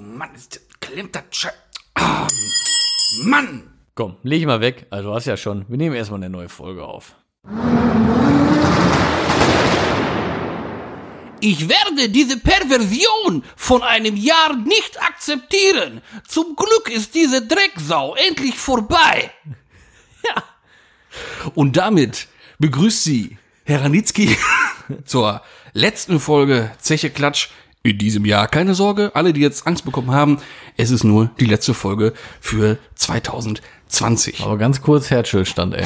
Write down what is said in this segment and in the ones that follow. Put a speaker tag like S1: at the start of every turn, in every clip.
S1: Mann, ist das klemmt das Scheiß. Ah, Mann!
S2: Komm, leg ich mal weg. Also du hast ja schon. Wir nehmen erstmal eine neue Folge auf.
S1: Ich werde diese Perversion von einem Jahr nicht akzeptieren. Zum Glück ist diese Drecksau endlich vorbei. Ja. Und damit begrüßt Sie Herr Ranitzky zur letzten Folge Zeche Klatsch in diesem Jahr. Keine Sorge, alle, die jetzt Angst bekommen haben, es ist nur die letzte Folge für 2020.
S2: Aber ganz kurz Herzstillstand, ey.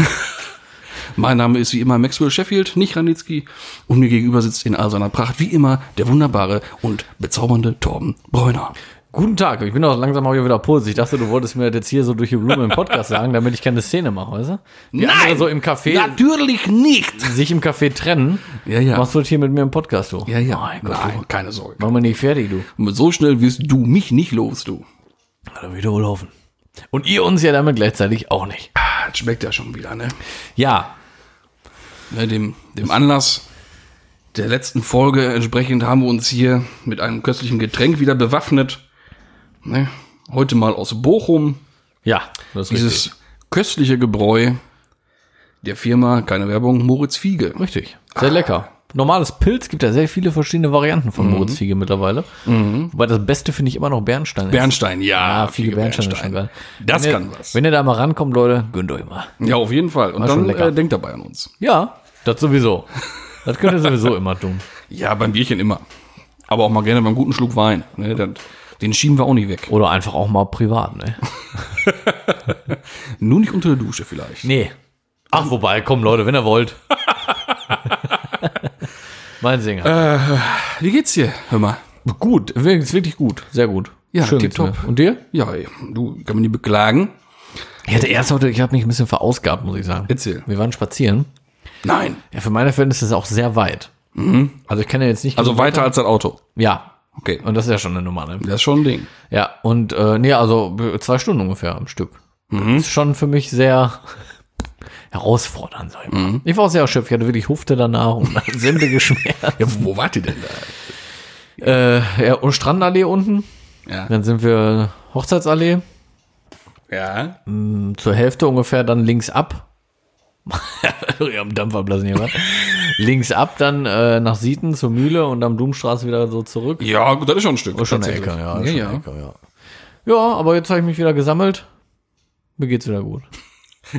S1: Mein Name ist wie immer Maxwell Sheffield, nicht Ranitzky. Und mir gegenüber sitzt in all seiner Pracht wie immer der wunderbare und bezaubernde Torben Bräuner.
S2: Guten Tag. Ich bin auch langsam auch hier wieder positiv. Ich dachte, du wolltest mir das jetzt hier so durch die Blume im Podcast sagen, damit ich keine Szene mache, weißt du? Die anderen so also im Café
S1: natürlich nicht.
S2: sich im Café trennen.
S1: Ja, ja.
S2: Machst du das hier mit mir im Podcast, du?
S1: Ja, ja.
S2: Mein Gott,
S1: Nein, keine Sorge.
S2: Machen wir nicht fertig, du.
S1: So schnell wirst du mich nicht los, du.
S2: Dann wieder laufen. Und ihr uns ja damit gleichzeitig auch nicht.
S1: Ah, das schmeckt ja schon wieder, ne?
S2: Ja.
S1: ne dem, dem Anlass der letzten Folge entsprechend haben wir uns hier mit einem köstlichen Getränk wieder bewaffnet. Ne? Heute mal aus Bochum.
S2: Ja. Das ist
S1: Dieses köstliche Gebräu der Firma, keine Werbung, Moritz Fiege.
S2: Richtig. Sehr lecker. Normales Pilz gibt ja sehr viele verschiedene Varianten von
S1: Mhm.
S2: Moritzfiege mittlerweile. Wobei das Beste finde ich immer noch Bernstein. ist.
S1: Bernstein, ja.
S2: Ah, viele Bernsteine ist schon geil.
S1: Das
S2: wenn
S1: kann
S2: ihr,
S1: was.
S2: Wenn ihr da mal rankommt, Leute, gönnt euch mal.
S1: Ja, auf jeden Fall. Und
S2: schon
S1: dann
S2: lecker.
S1: äh, denkt dabei an uns.
S2: Ja, das sowieso. Das könnt ihr sowieso immer tun.
S1: Ja, beim Bierchen immer. Aber auch mal gerne beim guten Schluck Wein. Ne? Dann, den schieben wir auch nicht weg.
S2: Oder einfach auch mal privat, ne?
S1: Nur nicht unter der Dusche vielleicht.
S2: Nee. Ach, wobei, komm, Leute, wenn ihr wollt. mein Singer.
S1: Wie geht's dir? Hör mal.
S2: gut, Äh, ist wirklich gut. Sehr gut.
S1: Ja,
S2: Schön geht's
S1: tipptopp.
S2: mir. Und dir?
S1: Ja, ey, du, kann man nicht beklagen.
S2: Ich hatte erst heute, ich habe mich ein bisschen verausgabt, muss ich sagen.
S1: Erzähl.
S2: Wir waren spazieren.
S1: Nein.
S2: Ja, für meine Verhältnisse ist es auch sehr weit. Also ich kann ja jetzt nicht.
S1: Also weiter als das Auto.
S2: Ja.
S1: Okay.
S2: Und das ist ja schon eine Nummer, ne?
S1: Das ist schon ein Ding.
S2: Ja, und äh, nee, also b- zwei Stunden ungefähr am Stück. Das ist schon für mich sehr herausfordernd, sag ich mal. Ich war auch sehr erschöpft, ich hatte wirklich Hufte danach und sämtliche Schmerzen.
S1: Ja, wo, wo wart ihr denn da?
S2: äh, ja, und Strandallee unten.
S1: Ja.
S2: Dann sind wir Hochzeitsallee,
S1: Ja.
S2: m, zur Hälfte ungefähr, dann links ab. ja, am Dampfer blasen hier was. links ab, dann äh, nach Sieten zur Mühle und dann Blumenstraße wieder so zurück.
S1: Ja, gut, das ist schon ein Stück.
S2: Schon eine
S1: Tatsächlich.
S2: Ecke, ja.
S1: Ja,
S2: schon
S1: ja.
S2: Eine Ecke, ja. ja, aber jetzt habe ich mich wieder gesammelt. Mir geht's wieder gut.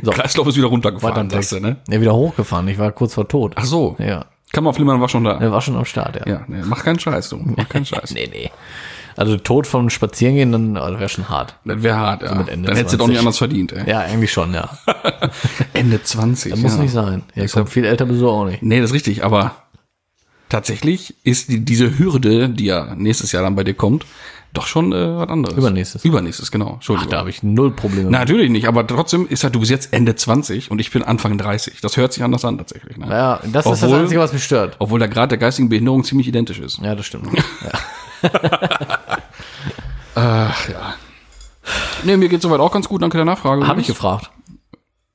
S2: So,
S1: Kreislauf ist wieder runtergefahren,
S2: Weiter im
S1: sagst du, ne?
S2: ja, wieder hochgefahren. Ich war kurz vor tot.
S1: Ach so.
S2: Ja,
S1: Kann man flimmern, war schon da.
S2: er war schon am Start, ja.
S1: Ja, ne, mach keinen Scheiß, du. Mach keinen Scheiß.
S2: Nee, nee. Also tot vom Spazierengehen, dann wäre schon hart.
S1: Das wäre hart, ja.
S2: Also Ende
S1: Dann hättest du doch
S2: 20.
S1: nicht anders verdient, ey.
S2: Ja, eigentlich schon, ja.
S1: Ende 20.
S2: Muss
S1: ja.
S2: nicht sein. Ja, kommt viel älter bist du auch nicht.
S1: Nee, das ist richtig, aber tatsächlich ist die, diese Hürde, die ja nächstes Jahr dann bei dir kommt, doch schon äh, was anderes.
S2: Übernächstes.
S1: Übernächstes, genau. Entschuldigung.
S2: Da habe ich null Probleme.
S1: Na, Natürlich nicht, aber trotzdem ist halt, du bist jetzt Ende 20 und ich bin Anfang 30. Das hört sich anders an tatsächlich. Ne?
S2: Ja, das ist das
S1: Obwohl-
S2: Einzige, was mich stört.
S1: Obwohl der Grad der geistigen Behinderung ziemlich identisch ist.
S2: Ja, das stimmt.
S1: Ach ja. Nee, mir geht soweit auch ganz gut, danke der Nachfrage.
S2: habe ich gefragt.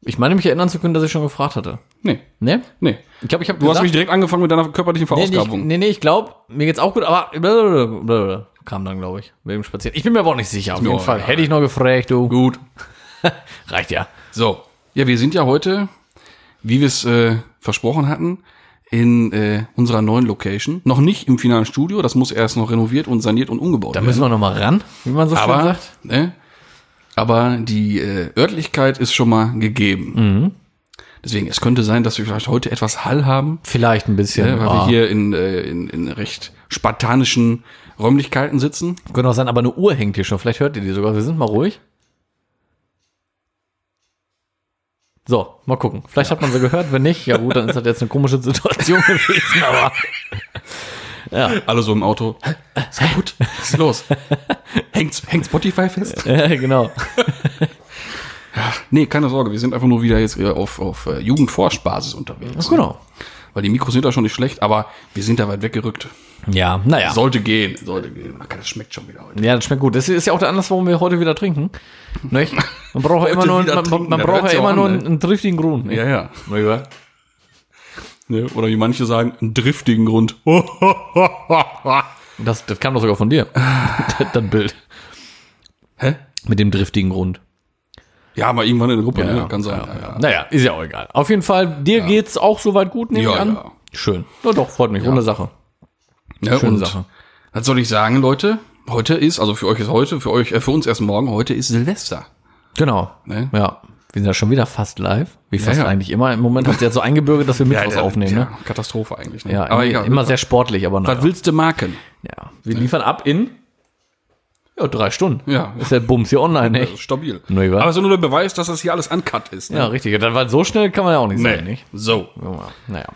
S2: Ich meine, mich erinnern zu können, dass ich schon gefragt hatte.
S1: Nee,
S2: Ne?
S1: nee.
S2: Ich glaube, ich habe
S1: Du hast mich direkt angefangen mit deiner körperlichen
S2: Nee, nee, ich,
S1: Verausgabung.
S2: nee, nee, ich glaube, mir geht's auch gut, aber blablabla, blablabla, kam dann, glaube ich, mit dem Spazieren. Ich bin mir aber auch nicht sicher. Auf jeden
S1: Ja,
S2: Fall.
S1: ja.
S2: Hätte ich noch gefragt, du.
S1: Gut.
S2: Reicht ja.
S1: So, ja, wir sind ja heute, wie wir es äh, versprochen hatten, in äh, unserer neuen Location. Noch nicht im finalen Studio, das muss erst noch renoviert und saniert und umgebaut
S2: Da
S1: werden.
S2: müssen wir nochmal ran, wie man so schön
S1: Aber,
S2: sagt.
S1: ne, aber die äh, Örtlichkeit ist schon mal gegeben. Deswegen, es könnte sein, dass wir vielleicht heute etwas Hall haben,
S2: Vielleicht ein bisschen.
S1: ne, weil
S2: ah.
S1: wir hier in, äh, in, in recht spartanischen Räumlichkeiten sitzen.
S2: Könnte auch sein, aber eine Uhr hängt hier schon. Vielleicht hört ihr die sogar. Wir sind mal ruhig. So, mal gucken. Vielleicht hat man sie gehört, wenn nicht. Ja gut, dann ist das jetzt eine komische Situation gewesen, aber
S1: Alle so im Auto. Hä? Ist kaputt. Was ist los? hängt, hängt Spotify fest?
S2: äh, genau.
S1: Nee, keine Sorge, wir sind einfach nur wieder jetzt äh, auf, auf äh, Jugendforschbasis unterwegs.
S2: Genau.
S1: Weil die Mikros sind da schon nicht schlecht, aber wir sind da weit weggerückt.
S2: Ja, naja.
S1: Sollte gehen, sollte gehen. Ach, das schmeckt schon wieder heute.
S2: Ja, das schmeckt gut. Das ist ja auch der Anlass, warum wir heute wieder trinken. Nicht? Man braucht ja immer
S1: Heute
S2: nur,
S1: wieder
S2: man, man,
S1: trinken,
S2: man
S1: da
S2: braucht
S1: hört's ja
S2: ja immer
S1: auch
S2: nur
S1: an,
S2: einen, einen triftigen Grund. Ne?
S1: Ja, ja.
S2: Ja.
S1: Ne? Oder wie manche sagen, einen driftigen Grund.
S2: Das, das kam doch sogar von dir. Das- das Bild.
S1: Ah. Hä?
S2: Mit dem driftigen Grund.
S1: Ja, mal irgendwann in der Gruppe, ne? Kann sein.
S2: Ja, ja. Naja, ist ja auch egal. Auf jeden Fall, dir geht's auch soweit gut, nehme
S1: Ja,
S2: ich an.
S1: ja.
S2: Schön. Na doch, freut mich. Runde Sache.
S1: Ne,
S2: Schöne
S1: und
S2: Sache.
S1: Was soll ich sagen, Leute? Heute ist, also für euch ist heute, für euch, äh, für uns erst morgen, heute ist Silvester.
S2: Genau.
S1: Ne?
S2: Ja. Wir sind ja schon wieder fast live. Wie fast
S1: ja.
S2: eigentlich immer. Im Moment hat es ja so eingebürgert, dass wir Mittwochs aufnehmen.
S1: ja,
S2: Ne?
S1: Katastrophe eigentlich. Ne?
S2: Ja,
S1: aber
S2: aber
S1: egal.
S2: immer sehr sportlich, aber
S1: was
S2: naja.
S1: willst du marken?
S2: ja. Wir liefern ab in ja, drei Stunden.
S1: Ja.
S2: Ist der Bums hier online,
S1: Das
S2: echt.
S1: ist stabil.
S2: Nee, was?
S1: aber es ist nur der Beweis, dass das hier alles uncut ist. Ne?
S2: Ja, richtig. Das war so schnell kann man ja auch nicht sein, nicht?
S1: So.
S2: Ja, Naja.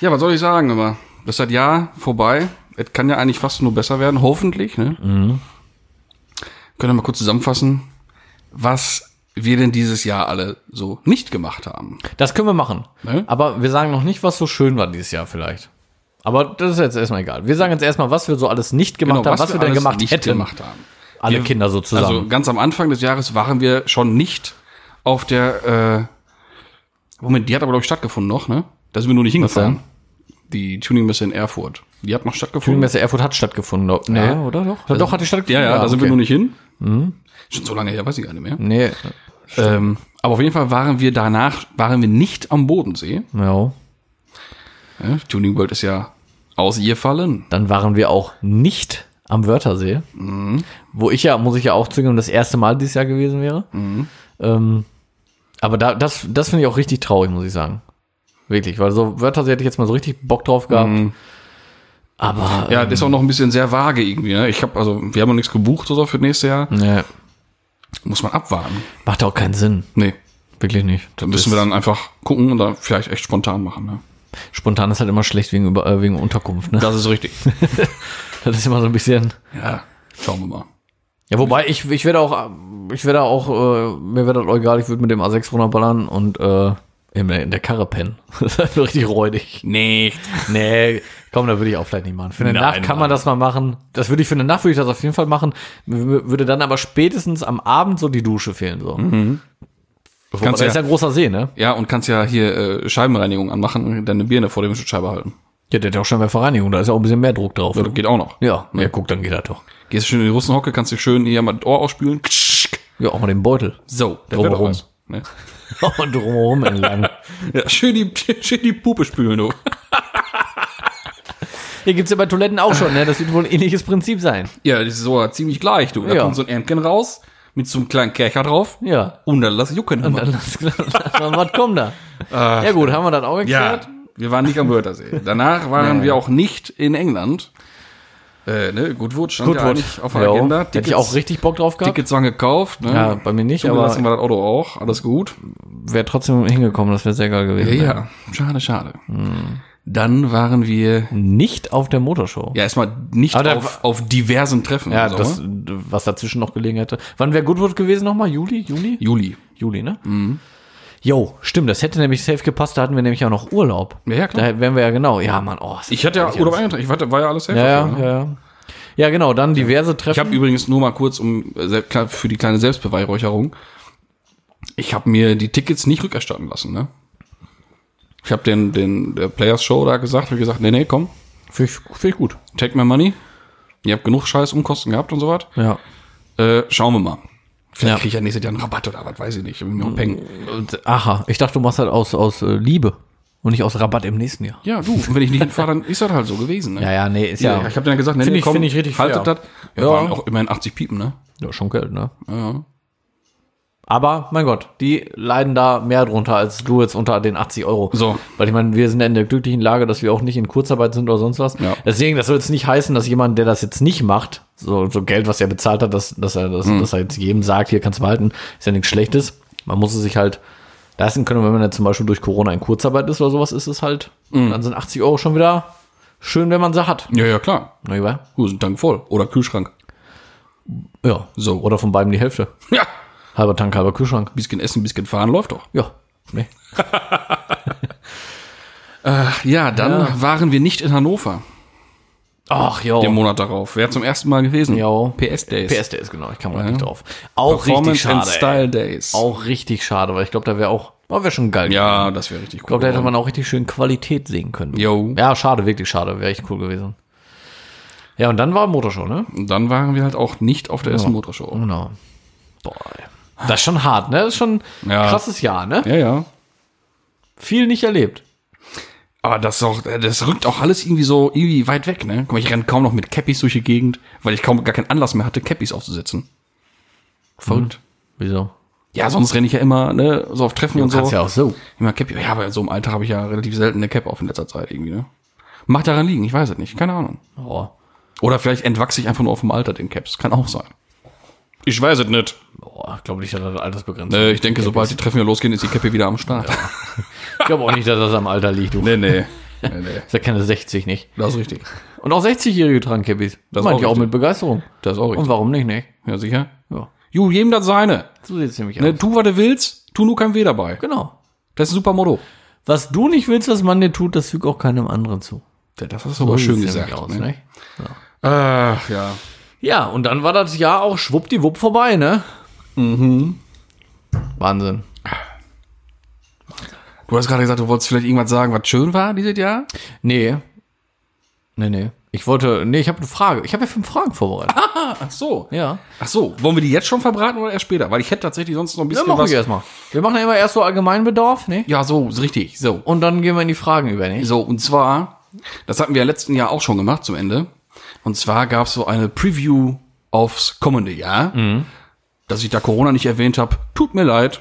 S1: Ja, was soll ich sagen, aber das ist das Jahr vorbei. Es kann ja eigentlich fast nur besser werden, hoffentlich. Ne?
S2: Mhm.
S1: Können wir mal kurz zusammenfassen, was wir denn dieses Jahr alle so nicht gemacht haben.
S2: Das können wir machen.
S1: Ne?
S2: Aber wir sagen noch nicht, was so schön war dieses Jahr vielleicht. Aber das ist jetzt erstmal egal. Wir sagen jetzt erstmal, was wir so alles nicht gemacht haben, was, wir
S1: Genau,
S2: denn
S1: alles
S2: gemacht
S1: nicht
S2: hätten.
S1: gemacht haben.
S2: Alle
S1: Wir-
S2: Kinder so zusammen.
S1: Also ganz am Anfang des Jahres waren wir schon nicht auf der. Äh, Moment, die hat aber, glaube ich, stattgefunden noch, ne? Da sind wir nur nicht hingefahren. Die Tuningmesse in Erfurt. Die hat noch stattgefunden.
S2: Messe Erfurt hat stattgefunden. glaub- Nee, Also,
S1: Ja.
S2: oder doch? doch, hat die
S1: Ja,
S2: stattgefunden.
S1: ja, da sind wir
S2: Ah, okay. Mhm.
S1: nur nicht hin. Schon so lange her, weiß ich gar nicht mehr.
S2: Nee.
S1: Ähm, aber auf jeden Fall waren wir danach, waren wir nicht am Bodensee.
S2: Ja.
S1: Ja, Tuning World ist ja aus ihr fallen.
S2: Dann waren wir auch nicht am Wörthersee,
S1: Mhm.
S2: wo ich ja, muss ich ja auch zugeben, das erste Mal dieses Jahr gewesen wäre.
S1: Mhm.
S2: Ähm, aber da, das, das finde ich auch richtig traurig, muss ich sagen. Wirklich, weil so Wörthersee hätte ich jetzt mal so richtig Bock drauf gehabt. Aber
S1: Mhm.
S2: äh,
S1: Ja, das ist auch noch ein bisschen sehr vage irgendwie. Ne? Ich habe also, wir haben noch nichts gebucht oder so für nächstes Jahr.
S2: nee,
S1: Muss man abwarten.
S2: macht auch keinen Sinn.
S1: Nee,
S2: Wirklich nicht.
S1: da müssen wir dann einfach gucken und dann vielleicht echt spontan machen. Ne?
S2: Spontan ist halt immer schlecht wegen, über, äh, wegen Unterkunft. Ne?
S1: Das ist richtig.
S2: Das ist immer so ein bisschen.
S1: ja, schauen wir mal.
S2: Ja, wobei ich, ich werde auch, äh, ich werde auch, äh, mir wäre das auch egal, ich würde mit dem A6 runterballern und äh, in der, in der Karre pennen. Das ist halt nur richtig räudig.
S1: Nee.
S2: Nee, komm, da würde ich auch vielleicht nicht machen. Für eine
S1: Nein,
S2: Nacht kann
S1: nein.
S2: man das mal machen. Das würde ich für eine Nacht würde ich das auf jeden Fall machen. Mir Würde dann aber spätestens am Abend so die Dusche fehlen. So. Wobei,
S1: Kannst
S2: das ist Mhm. ja
S1: ja-
S2: ein großer See, ne?
S1: Ja, und kannst ja hier äh, Scheibenreinigung anmachen und deine Birne vor der Windschutzscheibe halten.
S2: Ja, der hat ja auch schon mehr Vereinigung, da ist ja auch ein bisschen mehr Druck drauf.
S1: Ja, das geht auch noch.
S2: Ja, ja guck, dann geht er doch.
S1: Gehst schön in die Russenhocke, kannst dir schön hier mal das Ohr ausspülen.
S2: Ja, auch mal den Beutel.
S1: So, das
S2: Drumherum.
S1: wird doch was. Ne?
S2: Auch mal drumherum entlang.
S1: Ja, schön die, schön die Puppe spülen, du.
S2: Hier gibt's ja bei Toiletten auch schon, ne? Das wird wohl ein ähnliches Prinzip sein.
S1: Ja, das ist so ziemlich gleich, du. Da
S2: Ja.
S1: kommt so ein Ämtchen raus, mit so einem kleinen Kercher drauf.
S2: Ja.
S1: Und dann lass jucken.
S2: Dann lass, lass mal, was kommt da? ja gut, haben wir das auch
S1: ja,
S2: geklärt?
S1: wir waren nicht am Wörthersee. Danach waren wir auch nicht in England. Äh, ne, Goodwood stand ja
S2: Goodwood.
S1: eigentlich auf der Agenda.
S2: Hätte ich auch richtig Bock drauf gehabt.
S1: Tickets waren gekauft. Ne?
S2: Ja, bei mir nicht, aber
S1: Zugelassen war das Auto auch. Alles gut.
S2: wäre trotzdem hingekommen, das wäre sehr geil gewesen. ne?
S1: Schade, schade.
S2: Hm.
S1: Dann waren wir
S2: Nicht auf der Motorshow.
S1: ja erstmal nicht
S2: Hm. Aber da
S1: auf, auf diversen Treffen. ne?
S2: Ja,
S1: im
S2: das,
S1: Sommer.
S2: was dazwischen noch gelegen hätte. Wann wäre Goodwood gewesen nochmal? Juli? Juni?
S1: Juli.
S2: Juli, ne?
S1: Mhm.
S2: Jo, stimmt, das hätte nämlich safe gepasst, da hatten wir nämlich auch noch Urlaub.
S1: Ja, ja, klar.
S2: Da wären wir ja genau, ja, Mann, oh. ist
S1: Ich hatte ja
S2: das-
S1: Urlaub eingetragen. Ich war, war ja alles safe
S2: ja,
S1: dafür, ne?
S2: ja, ja. Ja, genau, dann diverse Treffen.
S1: Ich habe übrigens nur mal kurz um äh, sel- klar, für die kleine Selbstbeweihräucherung. Ich habe mir die Tickets nicht rückerstatten lassen, ne? Ich habe den den der Players Show da gesagt, habe gesagt, nee, nee, komm,
S2: Finde ich, find ich gut.
S1: take my money. Ihr habt genug Scheiß Umkosten gehabt und so was.
S2: Ja.
S1: Äh, schauen wir mal. Vielleicht
S2: Ja. Mhm.
S1: krieg ich ja nächstes Jahr einen Rabatt oder was, weiß ich nicht. Ich will mir auch pengen.
S2: Und, aha, ich dachte, du machst halt aus, aus äh, Liebe und nicht aus Rabatt im nächsten Jahr.
S1: Ja, du, und wenn ich nicht hinfahre, dann ist das halt so gewesen, ne?
S2: Ja, ja, nee, ist
S1: Ja,
S2: ja.
S1: ich habe dann gesagt, nee,
S2: Finde
S1: nee,
S2: ich- finde ich richtig
S1: haltet
S2: fair.
S1: das. Ja,
S2: Ja.
S1: waren auch immerhin 80 Piepen, ne?
S2: ja schon Geld, ne?
S1: Ja.
S2: Aber, mein Gott, die leiden da mehr drunter als du jetzt unter den 80 Euro.
S1: So.
S2: Weil ich meine, wir sind ja in der glücklichen Lage, dass wir auch nicht in Kurzarbeit sind oder sonst was.
S1: Ja.
S2: Deswegen, das soll jetzt nicht heißen, dass jemand, der das jetzt nicht macht, so, so Geld, was er bezahlt hat, dass, dass, er, das,
S1: Hm.
S2: dass er jetzt jedem sagt, hier kannst du behalten, ist ja nichts Schlechtes. Man muss es sich halt leisten können, wenn man jetzt zum Beispiel durch Corona in Kurzarbeit ist oder sowas, ist es halt,
S1: Hm.
S2: dann sind 80 Euro schon wieder schön, wenn man sie hat.
S1: Ja, ja, klar.
S2: Na, ja.
S1: Gut, sind Tank voll. Oder Kühlschrank.
S2: Ja, so. Oder von beiden die Hälfte.
S1: Ja.
S2: Halber Tank, halber Kühlschrank.
S1: Bisschen essen, bisschen fahren, läuft doch.
S2: Ja. Nee.
S1: Ja, dann waren wir nicht in Hannover
S2: Ach, ja.
S1: im Monat darauf. Wäre zum ersten Mal gewesen.
S2: Jo.
S1: PS Days.
S2: PS Days, genau. Ich kam gerade nicht drauf. Auch richtig
S1: and
S2: schade. ey.
S1: Style Days.
S2: Auch richtig schade, weil ich glaube, da wäre auch, war wäre schon geil. gewesen.
S1: Ja, das wäre richtig
S2: Ich glaube,
S1: cool.
S2: da hätte man auch richtig schön Qualität sehen können.
S1: Jo.
S2: Ja, schade, wirklich schade. Wäre echt cool gewesen. Ja, und dann war Motorshow, ne?
S1: Und dann waren wir halt auch nicht auf der Essen Motorshow.
S2: Genau. Boah. ey. Das ist schon hart, ne? Das ist schon ein
S1: Ja.
S2: krasses Jahr, ne?
S1: Ja, ja.
S2: Viel nicht erlebt.
S1: Aber das, ist auch, das rückt auch alles irgendwie so irgendwie weit weg, ne? Guck mal, ich renne kaum noch mit Cappies durch die Gegend, weil ich kaum gar keinen Anlass mehr hatte, Cappies aufzusetzen. Verrückt.
S2: Mhm. Wieso?
S1: Ja, sonst renne ich ja immer, ne, so auf Treffen und so.
S2: auch so.
S1: Immer Cap, ja, aber so im Alter habe ich ja relativ selten eine Cap auf in letzter Zeit irgendwie, ne? Macht daran liegen, ich weiß es nicht, keine Ahnung.
S2: Oh.
S1: Oder vielleicht entwachse ich einfach nur auf dem Alter den Caps, kann auch sein. Ich weiß es nicht.
S2: Boah, ich glaube nicht, dass das altersbegrenzt
S1: Äh, ich denke, sobald die Treffen hier losgehen, ist die Cappy wieder am Start.
S2: Ich glaube auch nicht, dass das am Alter liegt. Du.
S1: Nee, nee. nee, nee.
S2: Ist ja keine 60 nicht.
S1: Das ist richtig.
S2: Und auch 60-Jährige tragen Cappies. Das
S1: ist
S2: meine
S1: auch
S2: ich auch
S1: richtig.
S2: mit Begeisterung.
S1: Das ist auch richtig.
S2: Und warum nicht, nicht?
S1: Ja, sicher?
S2: Ja.
S1: Ju, jedem das seine.
S2: So sieht es nämlich
S1: Ne,
S2: aus.
S1: tu, was du willst, tu nur kein Weh dabei.
S2: Genau.
S1: Das ist ein super Motto.
S2: Was du nicht willst, was man dir tut, das fügt auch keinem anderen zu.
S1: Das hast du aber schön
S2: sieht's nämlich
S1: gesagt.
S2: Aus,
S1: ne?
S2: ne?
S1: Ach, ja.
S2: Ja, und dann war das Jahr auch schwuppdiwupp vorbei, ne? Mhm. Wahnsinn.
S1: Du hast gerade gesagt, du wolltest vielleicht irgendwas sagen, was schön war dieses Jahr?
S2: Nee. Nee, nee. Ich wollte, nee, ich habe eine Frage. Ich habe ja fünf Fragen vorbereitet.
S1: Ach so.
S2: Ja.
S1: Ach so, wollen wir die jetzt schon verbraten oder erst später? Weil ich hätte tatsächlich sonst noch ein
S2: Dann
S1: bisschen
S2: machen
S1: was.
S2: wir erstmal. Wir machen ja immer erst so Allgemeinbedarf, ne?
S1: Ja, so, ist richtig. So.
S2: Und dann gehen wir in die Fragen über, ne?
S1: So, und zwar, das hatten wir ja letzten Jahr auch schon gemacht zum Ende. Und zwar gab es so eine Preview aufs kommende Jahr. Dass ich da Corona nicht erwähnt habe, tut mir leid.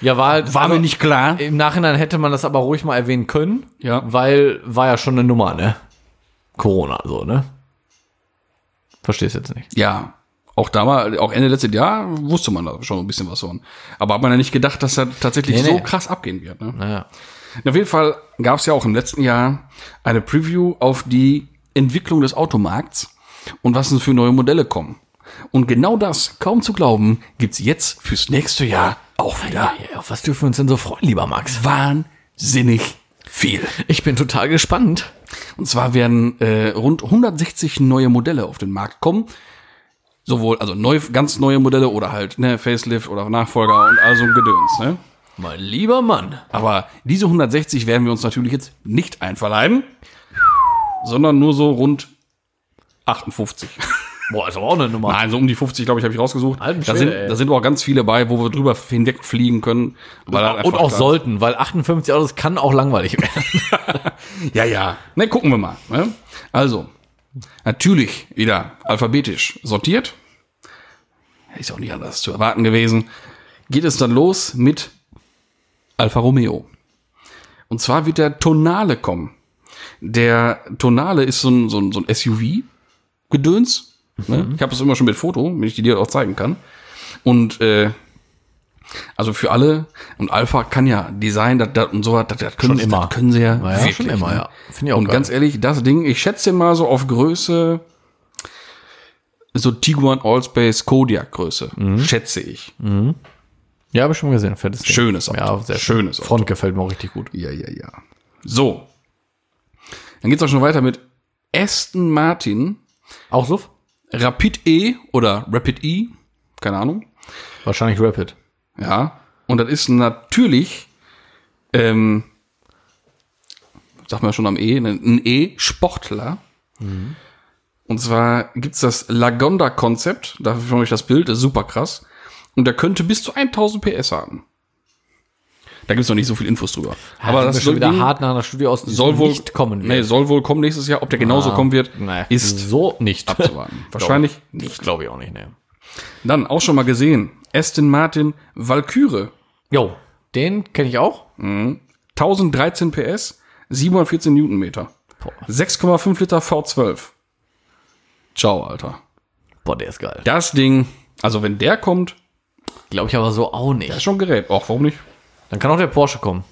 S2: Ja, war halt.
S1: War
S2: also,
S1: mir nicht klar.
S2: Im Nachhinein hätte man das aber ruhig mal erwähnen können.
S1: Ja.
S2: Weil war ja schon eine Nummer, ne? Corona, so, ne? Verstehst jetzt nicht.
S1: Ja, auch damals, auch Ende letztes Jahr wusste man da schon ein bisschen was von. Aber hat man ja nicht gedacht, dass das tatsächlich
S2: Nee,
S1: so
S2: nee.
S1: krass abgehen wird. Ne?
S2: Naja.
S1: Auf jeden Fall gab es ja auch im letzten Jahr eine Preview auf die Entwicklung des Automarkts und was denn für neue Modelle kommen. Und genau das, kaum zu glauben, gibt's jetzt fürs nächste Jahr auch wieder
S2: Ja, auf was dürfen wir uns denn so freuen, lieber Max?
S1: wahnsinnig viel.
S2: Ich bin total gespannt.
S1: Und zwar werden äh, rund 160 neue Modelle auf den Markt kommen. Sowohl, also neu, ganz neue Modelle oder halt ne, Facelift oder Nachfolger und also Gedöns. Ne?
S2: Mein lieber Mann.
S1: Aber diese 160 werden wir uns natürlich jetzt nicht einverleiben, sondern nur so rund 58.
S2: Boah, ist aber auch eine Nummer.
S1: Nein, so um die 50, glaube ich, habe ich rausgesucht.
S2: Alten
S1: da,
S2: Schwede,
S1: sind,
S2: ey.
S1: da sind aber auch ganz viele bei, wo wir drüber hinwegfliegen können. Weil halt
S2: Und
S1: einfach
S2: auch
S1: klar-
S2: sollten, weil 58 Autos kann auch langweilig werden.
S1: Ja, ja. Ne, gucken wir mal. Ne? Also, natürlich wieder alphabetisch sortiert. Ist auch nicht anders zu erwarten gewesen. Geht es dann los mit Alfa Romeo. Und zwar wird der Tonale kommen. Der Tonale ist so ein, so ein, so ein SUV-Gedöns. Ne?
S2: Mhm.
S1: Ich habe es immer schon mit Foto, wenn ich die dir auch zeigen kann. Und äh, also für alle, und Alpha kann ja Design das, das und so, das, das können,
S2: Schon
S1: sie,
S2: immer.
S1: das können sie ja,
S2: Ja, ja, schon immer,
S1: ne?
S2: ja. Finde ich auch
S1: Und
S2: geil.
S1: ganz ehrlich, das Ding, ich schätze mal so auf Größe, so Tiguan Allspace Kodiak Größe, schätze ich.
S2: Ja, habe ich schon mal gesehen. Fettes Ding.
S1: Schönes Auto.
S2: Ja, sehr schön.
S1: Schönes Auto.
S2: Front gefällt mir auch richtig gut.
S1: Ja, ja, ja. So. Dann geht's auch schon weiter mit Aston Martin
S2: Auch so?
S1: Rapid E oder Rapid E, keine Ahnung.
S2: Wahrscheinlich Rapid.
S1: Ja. Und das ist natürlich, ähm, sag mal schon am E, ein E-Sportler. Und zwar gibt's das Lagonda-Konzept, dafür schon euch das Bild, das ist super krass. Und der könnte bis zu 1000 PS haben. Da gibt's noch nicht so viel Infos drüber.
S2: Sind wir schon
S1: soll
S2: wieder
S1: Ding-
S2: hart nach einer Studie aus die
S1: soll wohl
S2: nicht kommen
S1: Nee,
S2: wird.
S1: soll wohl kommen nächstes Jahr. Ob der genauso
S2: Ah,
S1: kommen wird,
S2: nee.
S1: ist
S2: so nicht
S1: abzuwarten. Wahrscheinlich
S2: nicht, glaube ich auch nicht. Nee.
S1: Dann auch schon mal gesehen. Aston Martin Valkyrie.
S2: Jo, den kenne ich auch.
S1: 1013 PS, 714 Newtonmeter.
S2: Boah.
S1: 6,5 Liter V12. Ciao, Alter.
S2: Boah, der ist geil.
S1: Das Ding, also wenn der kommt,
S2: Glaube ich aber so auch
S1: ist
S2: nicht.
S1: schon ein Gerät. Auch warum nicht?
S2: Dann kann auch der Porsche kommen.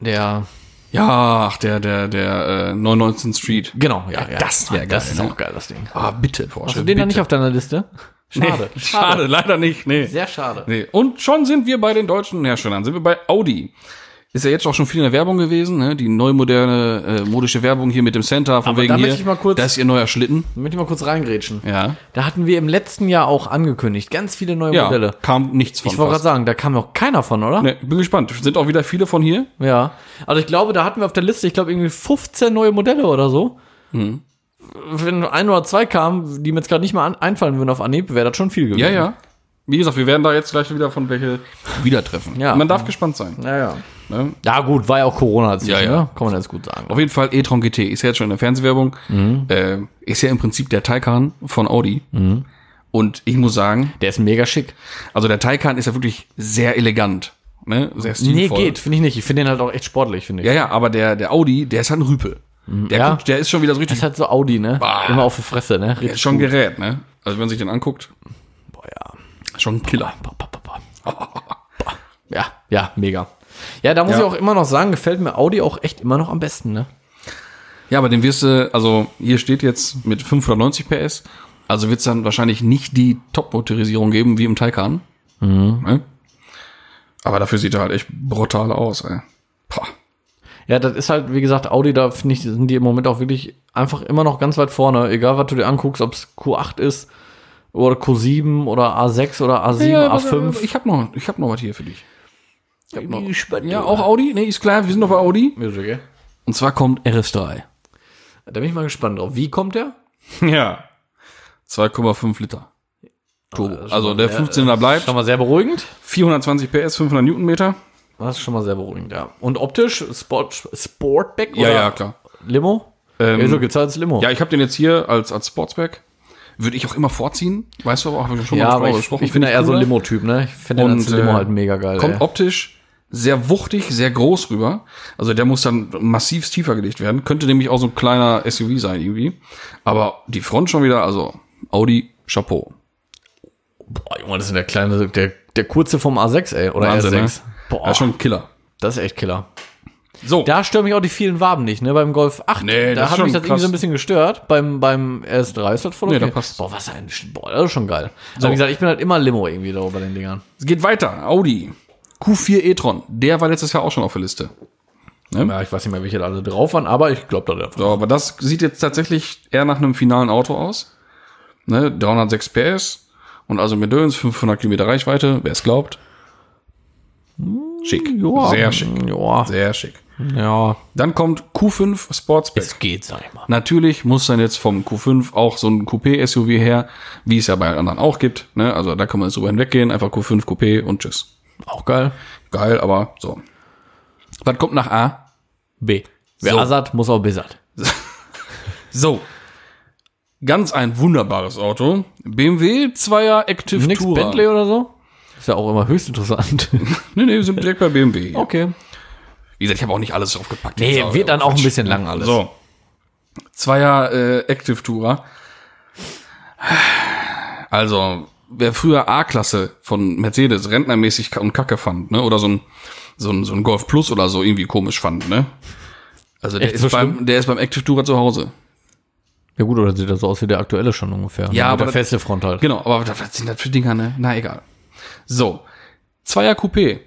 S2: Der
S1: Ja, ach, der, der, der äh, 919 Street.
S2: genau, ja, ja.
S1: das wär
S2: Das
S1: geil,
S2: ist
S1: ne?
S2: auch geil das Ding.
S1: Ah, bitte, Porsche.
S2: Hast du Also den
S1: bitte.
S2: dann nicht auf deiner Liste? Schade.
S1: Nee, schade. Schade, leider nicht. Nee.
S2: Sehr schade.
S1: Nee. Und schon sind wir bei den deutschen Herstellern, sind wir bei Audi. Ist ja jetzt auch schon viel in der Werbung gewesen, ne? die neu moderne äh, modische Werbung hier mit dem Center, von
S2: Aber
S1: wegen
S2: da möchte
S1: hier,
S2: ich mal kurz-
S1: das ist ihr neuer Schlitten.
S2: Möchte ich mal kurz reingrätschen.
S1: Ja,
S2: Da hatten wir im letzten Jahr auch angekündigt, ganz viele neue
S1: ja
S2: Modelle.
S1: kam nichts von
S2: Ich wollte gerade
S1: fast.
S2: sagen, da kam noch keiner von, oder?
S1: Nee, Ne, bin gespannt, sind auch wieder viele von hier.
S2: Ja. Also ich glaube, da hatten wir auf der Liste, ich glaube, irgendwie 15 neue Modelle oder so.
S1: Mhm.
S2: Wenn ein oder zwei kamen, die mir jetzt gerade nicht mal an, einfallen würden auf Anhieb, wäre das schon viel gewesen.
S1: Ja, ja. Wie gesagt, wir werden da jetzt gleich wieder von welche wieder treffen.
S2: Ja.
S1: Man darf gespannt sein.
S2: Ja, ja.
S1: Ne?
S2: Ja, gut, war ja auch Corona dazwischen,
S1: Ja, ja.
S2: ne? Kann man jetzt gut sagen.
S1: Auf jeden Fall e-tron GT ist ja jetzt schon in der Fernsehwerbung.
S2: Mhm.
S1: Äh, ist ja im Prinzip der Taycan von Audi. Und ich muss sagen,
S2: Der ist mega schick.
S1: also der Taycan ist ja wirklich sehr elegant. Ne? Sehr
S2: Nee,
S1: stilvoll.
S2: geht, finde ich nicht. Ich finde den halt auch echt sportlich, finde ich.
S1: Ja, ja, aber der, der Audi, der ist halt ein Rüpel. Der,
S2: Mhm. ja.
S1: guckt, der ist schon wieder so
S2: Das
S1: richtig
S2: ist halt so Audi, ne?
S1: Bah.
S2: Immer auf die Fresse, ne? Richtig
S1: Ist schon ein Gerät, ne? Also wenn man sich den anguckt,
S2: Boah, ja.
S1: schon ein Killer.
S2: Bah, bah, bah, bah. Bah. Ja, ja, mega. Ja, da muss
S1: Ja.
S2: ich auch immer noch sagen, gefällt mir Audi auch echt immer noch am besten, ne?
S1: Ja, aber den wirst du, also hier steht jetzt mit 590 PS, also wird es dann wahrscheinlich nicht die Top-Motorisierung geben wie im Taycan.
S2: Mhm.
S1: Ne? Aber dafür sieht er halt echt brutal aus, ey. Pah.
S2: Ja, das ist halt, wie gesagt, Audi, da finde ich, sind die im Moment auch wirklich einfach immer noch ganz weit vorne. Egal, was du dir anguckst, ob es Q8 ist oder Q7 oder A6 oder A7, A5.
S1: Ich hab noch, ich hab noch was hier für dich.
S2: noch,
S1: Ja, auch Audi? Nee, ist klar, wir sind noch bei Audi. Und zwar kommt RS3.
S2: Da bin ich mal gespannt drauf. Wie kommt der?
S1: Ja. 2,5 Liter. Turbo. Also der 15er bleibt.
S2: äh, Schon mal sehr beruhigend.
S1: 420 PS, 500 Newtonmeter.
S2: Das ist schon mal sehr beruhigend, ja. Und optisch, Sport, Sportback
S1: Ja, ja, klar.
S2: Limo?
S1: Ähm,
S2: ja, so gibt's halt als Limo.
S1: Ja, ich habe den jetzt hier als, als Sportsback. Würde ich auch immer vorziehen. Weißt du, aber auch haben wir schon
S2: Ja,
S1: mal
S2: aber
S1: drüber
S2: ich,
S1: gesprochen.
S2: ich bin ja eher so ein
S1: cooler.
S2: Limo-Typ, ne? Ich finde den
S1: Und,
S2: als Limo
S1: äh,
S2: halt mega geil.
S1: Kommt
S2: ey.
S1: optisch sehr wuchtig, sehr groß rüber. Also der muss dann massiv tiefer gelegt werden. Könnte nämlich auch so ein kleiner SUV sein irgendwie. Aber die Front schon wieder, also Audi, Chapeau.
S2: Boah, Junge, das ist der kleine, der, der kurze vom A6, ey. Oder
S1: Wahnsinn,
S2: R6.
S1: ne?
S2: Boah,
S1: Das ist schon ein Killer.
S2: das ist echt Killer.
S1: So,
S2: Da stören mich auch die vielen Waben nicht, ne? Beim Golf 8,
S1: Nee, das
S2: da
S1: ist
S2: hat
S1: schon
S2: mich das irgendwie
S1: krass.
S2: so ein bisschen gestört. Beim, beim RS3 ist das voll
S1: Nee,
S2: okay.
S1: da passt's.
S2: Boah, was ein, boah, das ist schon geil. Also, wie gesagt, ich bin halt immer Limo irgendwie da bei den Dingern.
S1: es geht weiter. Audi. Q4 e-tron. Der war letztes Jahr auch schon auf der Liste.
S2: Ja, ich weiß nicht mehr, welche da alle drauf waren, aber ich glaube da der.
S1: So, aber das sieht jetzt tatsächlich eher nach einem finalen Auto aus. Ne, 306 PS und also mit Döns 500 Kilometer Reichweite, wer es glaubt. Schick.
S2: Hm,
S1: Sehr schick.
S2: Ja,
S1: Sehr schick.
S2: ja.
S1: Dann kommt Q5 Sportsback.
S2: Es geht, sag ich mal.
S1: Natürlich muss dann jetzt vom Q5 auch so ein Coupé-SUV her, wie es ja bei anderen auch gibt. Ne? Also da kann man jetzt drüber hinweggehen. Einfach Q5 Coupé und tschüss.
S2: Auch geil.
S1: Geil, aber so. Was kommt nach A?
S2: B. Wer
S1: So.
S2: Assad, muss auch Bissat.
S1: So. Ganz ein wunderbares Auto. BMW 2er Active
S2: Nix
S1: Tourer.
S2: Bentley oder so? Ist ja auch immer höchst interessant.
S1: Nee, nee, wir sind direkt bei BMW.
S2: okay.
S1: Wie gesagt, ich habe auch nicht alles draufgepackt.
S2: Nee,
S1: Jetzt, aber
S2: wird dann auch ein
S1: Quatsch.
S2: bisschen lang alles.
S1: So. Zweier äh, Active Tourer. Also, wer früher A-Klasse von Mercedes rentnermäßig ka- und kacke fand, ne? Oder so ein, so ein, so ein Golf Plus oder so irgendwie komisch fand, ne? Also der
S2: Echt
S1: ist,
S2: so
S1: beim, der ist beim Active Tourer zu Hause.
S2: Ja gut, oder sieht das so aus wie der aktuelle schon ungefähr. ne?
S1: Ja,
S2: Mit
S1: aber
S2: der
S1: das-
S2: feste Front halt.
S1: Genau, aber was was sind das für Dinger, ne? Na egal. So. Zweier Coupé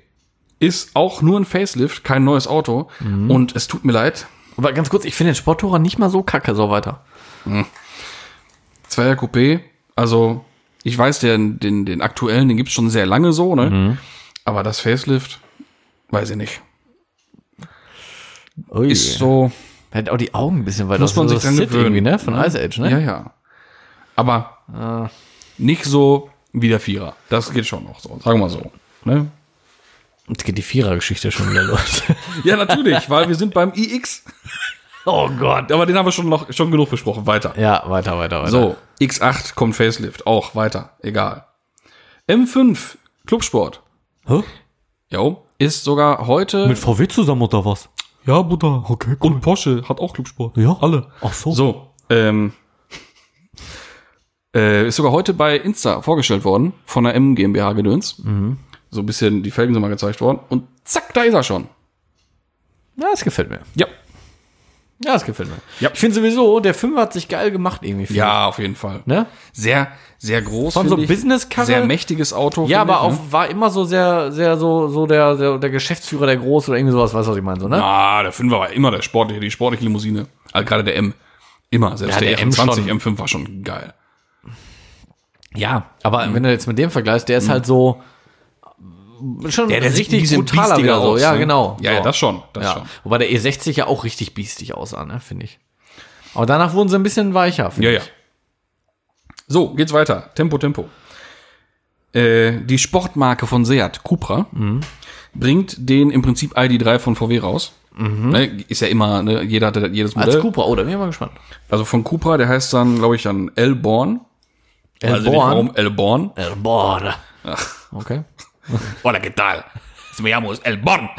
S1: ist auch nur ein Facelift, kein neues Auto.
S2: Mhm.
S1: Und es tut mir leid,
S2: Aber ganz kurz, ich finde den Sporttourer nicht mal so kacke, so weiter.
S1: Zweier Coupé, also ich weiß, den, den, den aktuellen, den gibt's schon sehr lange so, ne? Aber das Facelift, weiß ich nicht.
S2: Ui.
S1: Ist so,
S2: Hat auch die Augen ein bisschen weiter.
S1: Muss man
S2: Das ist
S1: sich dran
S2: Sid
S1: gewöhnen.
S2: irgendwie, ne? Von Ice Age, ne?
S1: ja, ja. Aber nicht so wie der Vierer. Das geht schon noch so, sagen wir mal so. Ne?
S2: Jetzt geht die Vierer-Geschichte schon wieder los.
S1: Ja, natürlich, weil wir sind beim iX.
S2: oh Gott.
S1: Aber den haben wir schon, noch, schon genug besprochen. Weiter.
S2: Ja, weiter, weiter, weiter.
S1: So, X8 kommt Facelift, auch weiter, egal. M5, Clubsport,
S2: Hä?
S1: jo, ist sogar heute
S2: Mit VW zusammen oder was?
S1: Ja, Buddha. Okay, cool. Und Porsche hat auch Clubsport. ne? Ja. Alle.
S2: Ach
S1: So, ähm, äh, ist sogar heute bei Insta vorgestellt worden von der M GmbH Gedöns.
S2: Mhm.
S1: So ein bisschen, die Felgen sind mal gezeigt worden. Und zack, da ist er schon.
S2: Ja, das gefällt mir.
S1: Ja.
S2: Ja, das gefällt mir.
S1: Ja.
S2: Ich finde sowieso, der 5 hat sich geil gemacht irgendwie. finde
S1: Ja, auf jeden Fall.
S2: ich. Ne?
S1: Sehr, sehr groß.
S2: Von so
S1: find ich.
S2: Business-Karre.
S1: Sehr mächtiges Auto.
S2: Ja,
S1: find
S2: aber
S1: ich, ne?
S2: auch war immer so sehr, sehr so, so der, der, der Geschäftsführer, der Groß oder irgendwie sowas, weißt du, was ich meine, so, ne?
S1: Ah, der 5er war immer der sportliche, die sportliche Limousine. Also gerade der M. Immer. Selbst
S2: Ja,
S1: der,
S2: der M
S1: M20,
S2: schon.
S1: M5 war schon geil.
S2: Ja, aber
S1: ähm,
S2: wenn du jetzt mit dem vergleichst, der ist halt so äh, schon
S1: Ja, mhm. der sieht ein
S2: richtig
S1: bisschen
S2: brutaler
S1: biestiger
S2: wieder so.
S1: aus,
S2: ja,
S1: ne?
S2: genau.
S1: Ja, ja,
S2: so. E
S1: das schon, das
S2: ja.
S1: schon.
S2: Wobei der E60 ja auch richtig biestig aussah, ne, finde ich. Aber danach wurden sie ein bisschen weicher. finde
S1: Ja, ja. So, geht's weiter. Tempo, Tempo. Äh, die Sportmarke von Seat, Cupra,
S2: Mhm.
S1: bringt den im Prinzip ID3 von VW raus. Ne, ist ja immer, ne, jeder hatte jedes
S2: ich. Mhm. Als
S1: Modell.
S2: Cupra, oh, da bin ich mal gespannt.
S1: also von Cupra, der heißt dann, glaube ich, dann Elborn. Also den
S2: Elborn?
S1: Raum Elborn.
S2: Boah. Okay.
S1: Hola, ¿qué tal? Me llamo Elborn.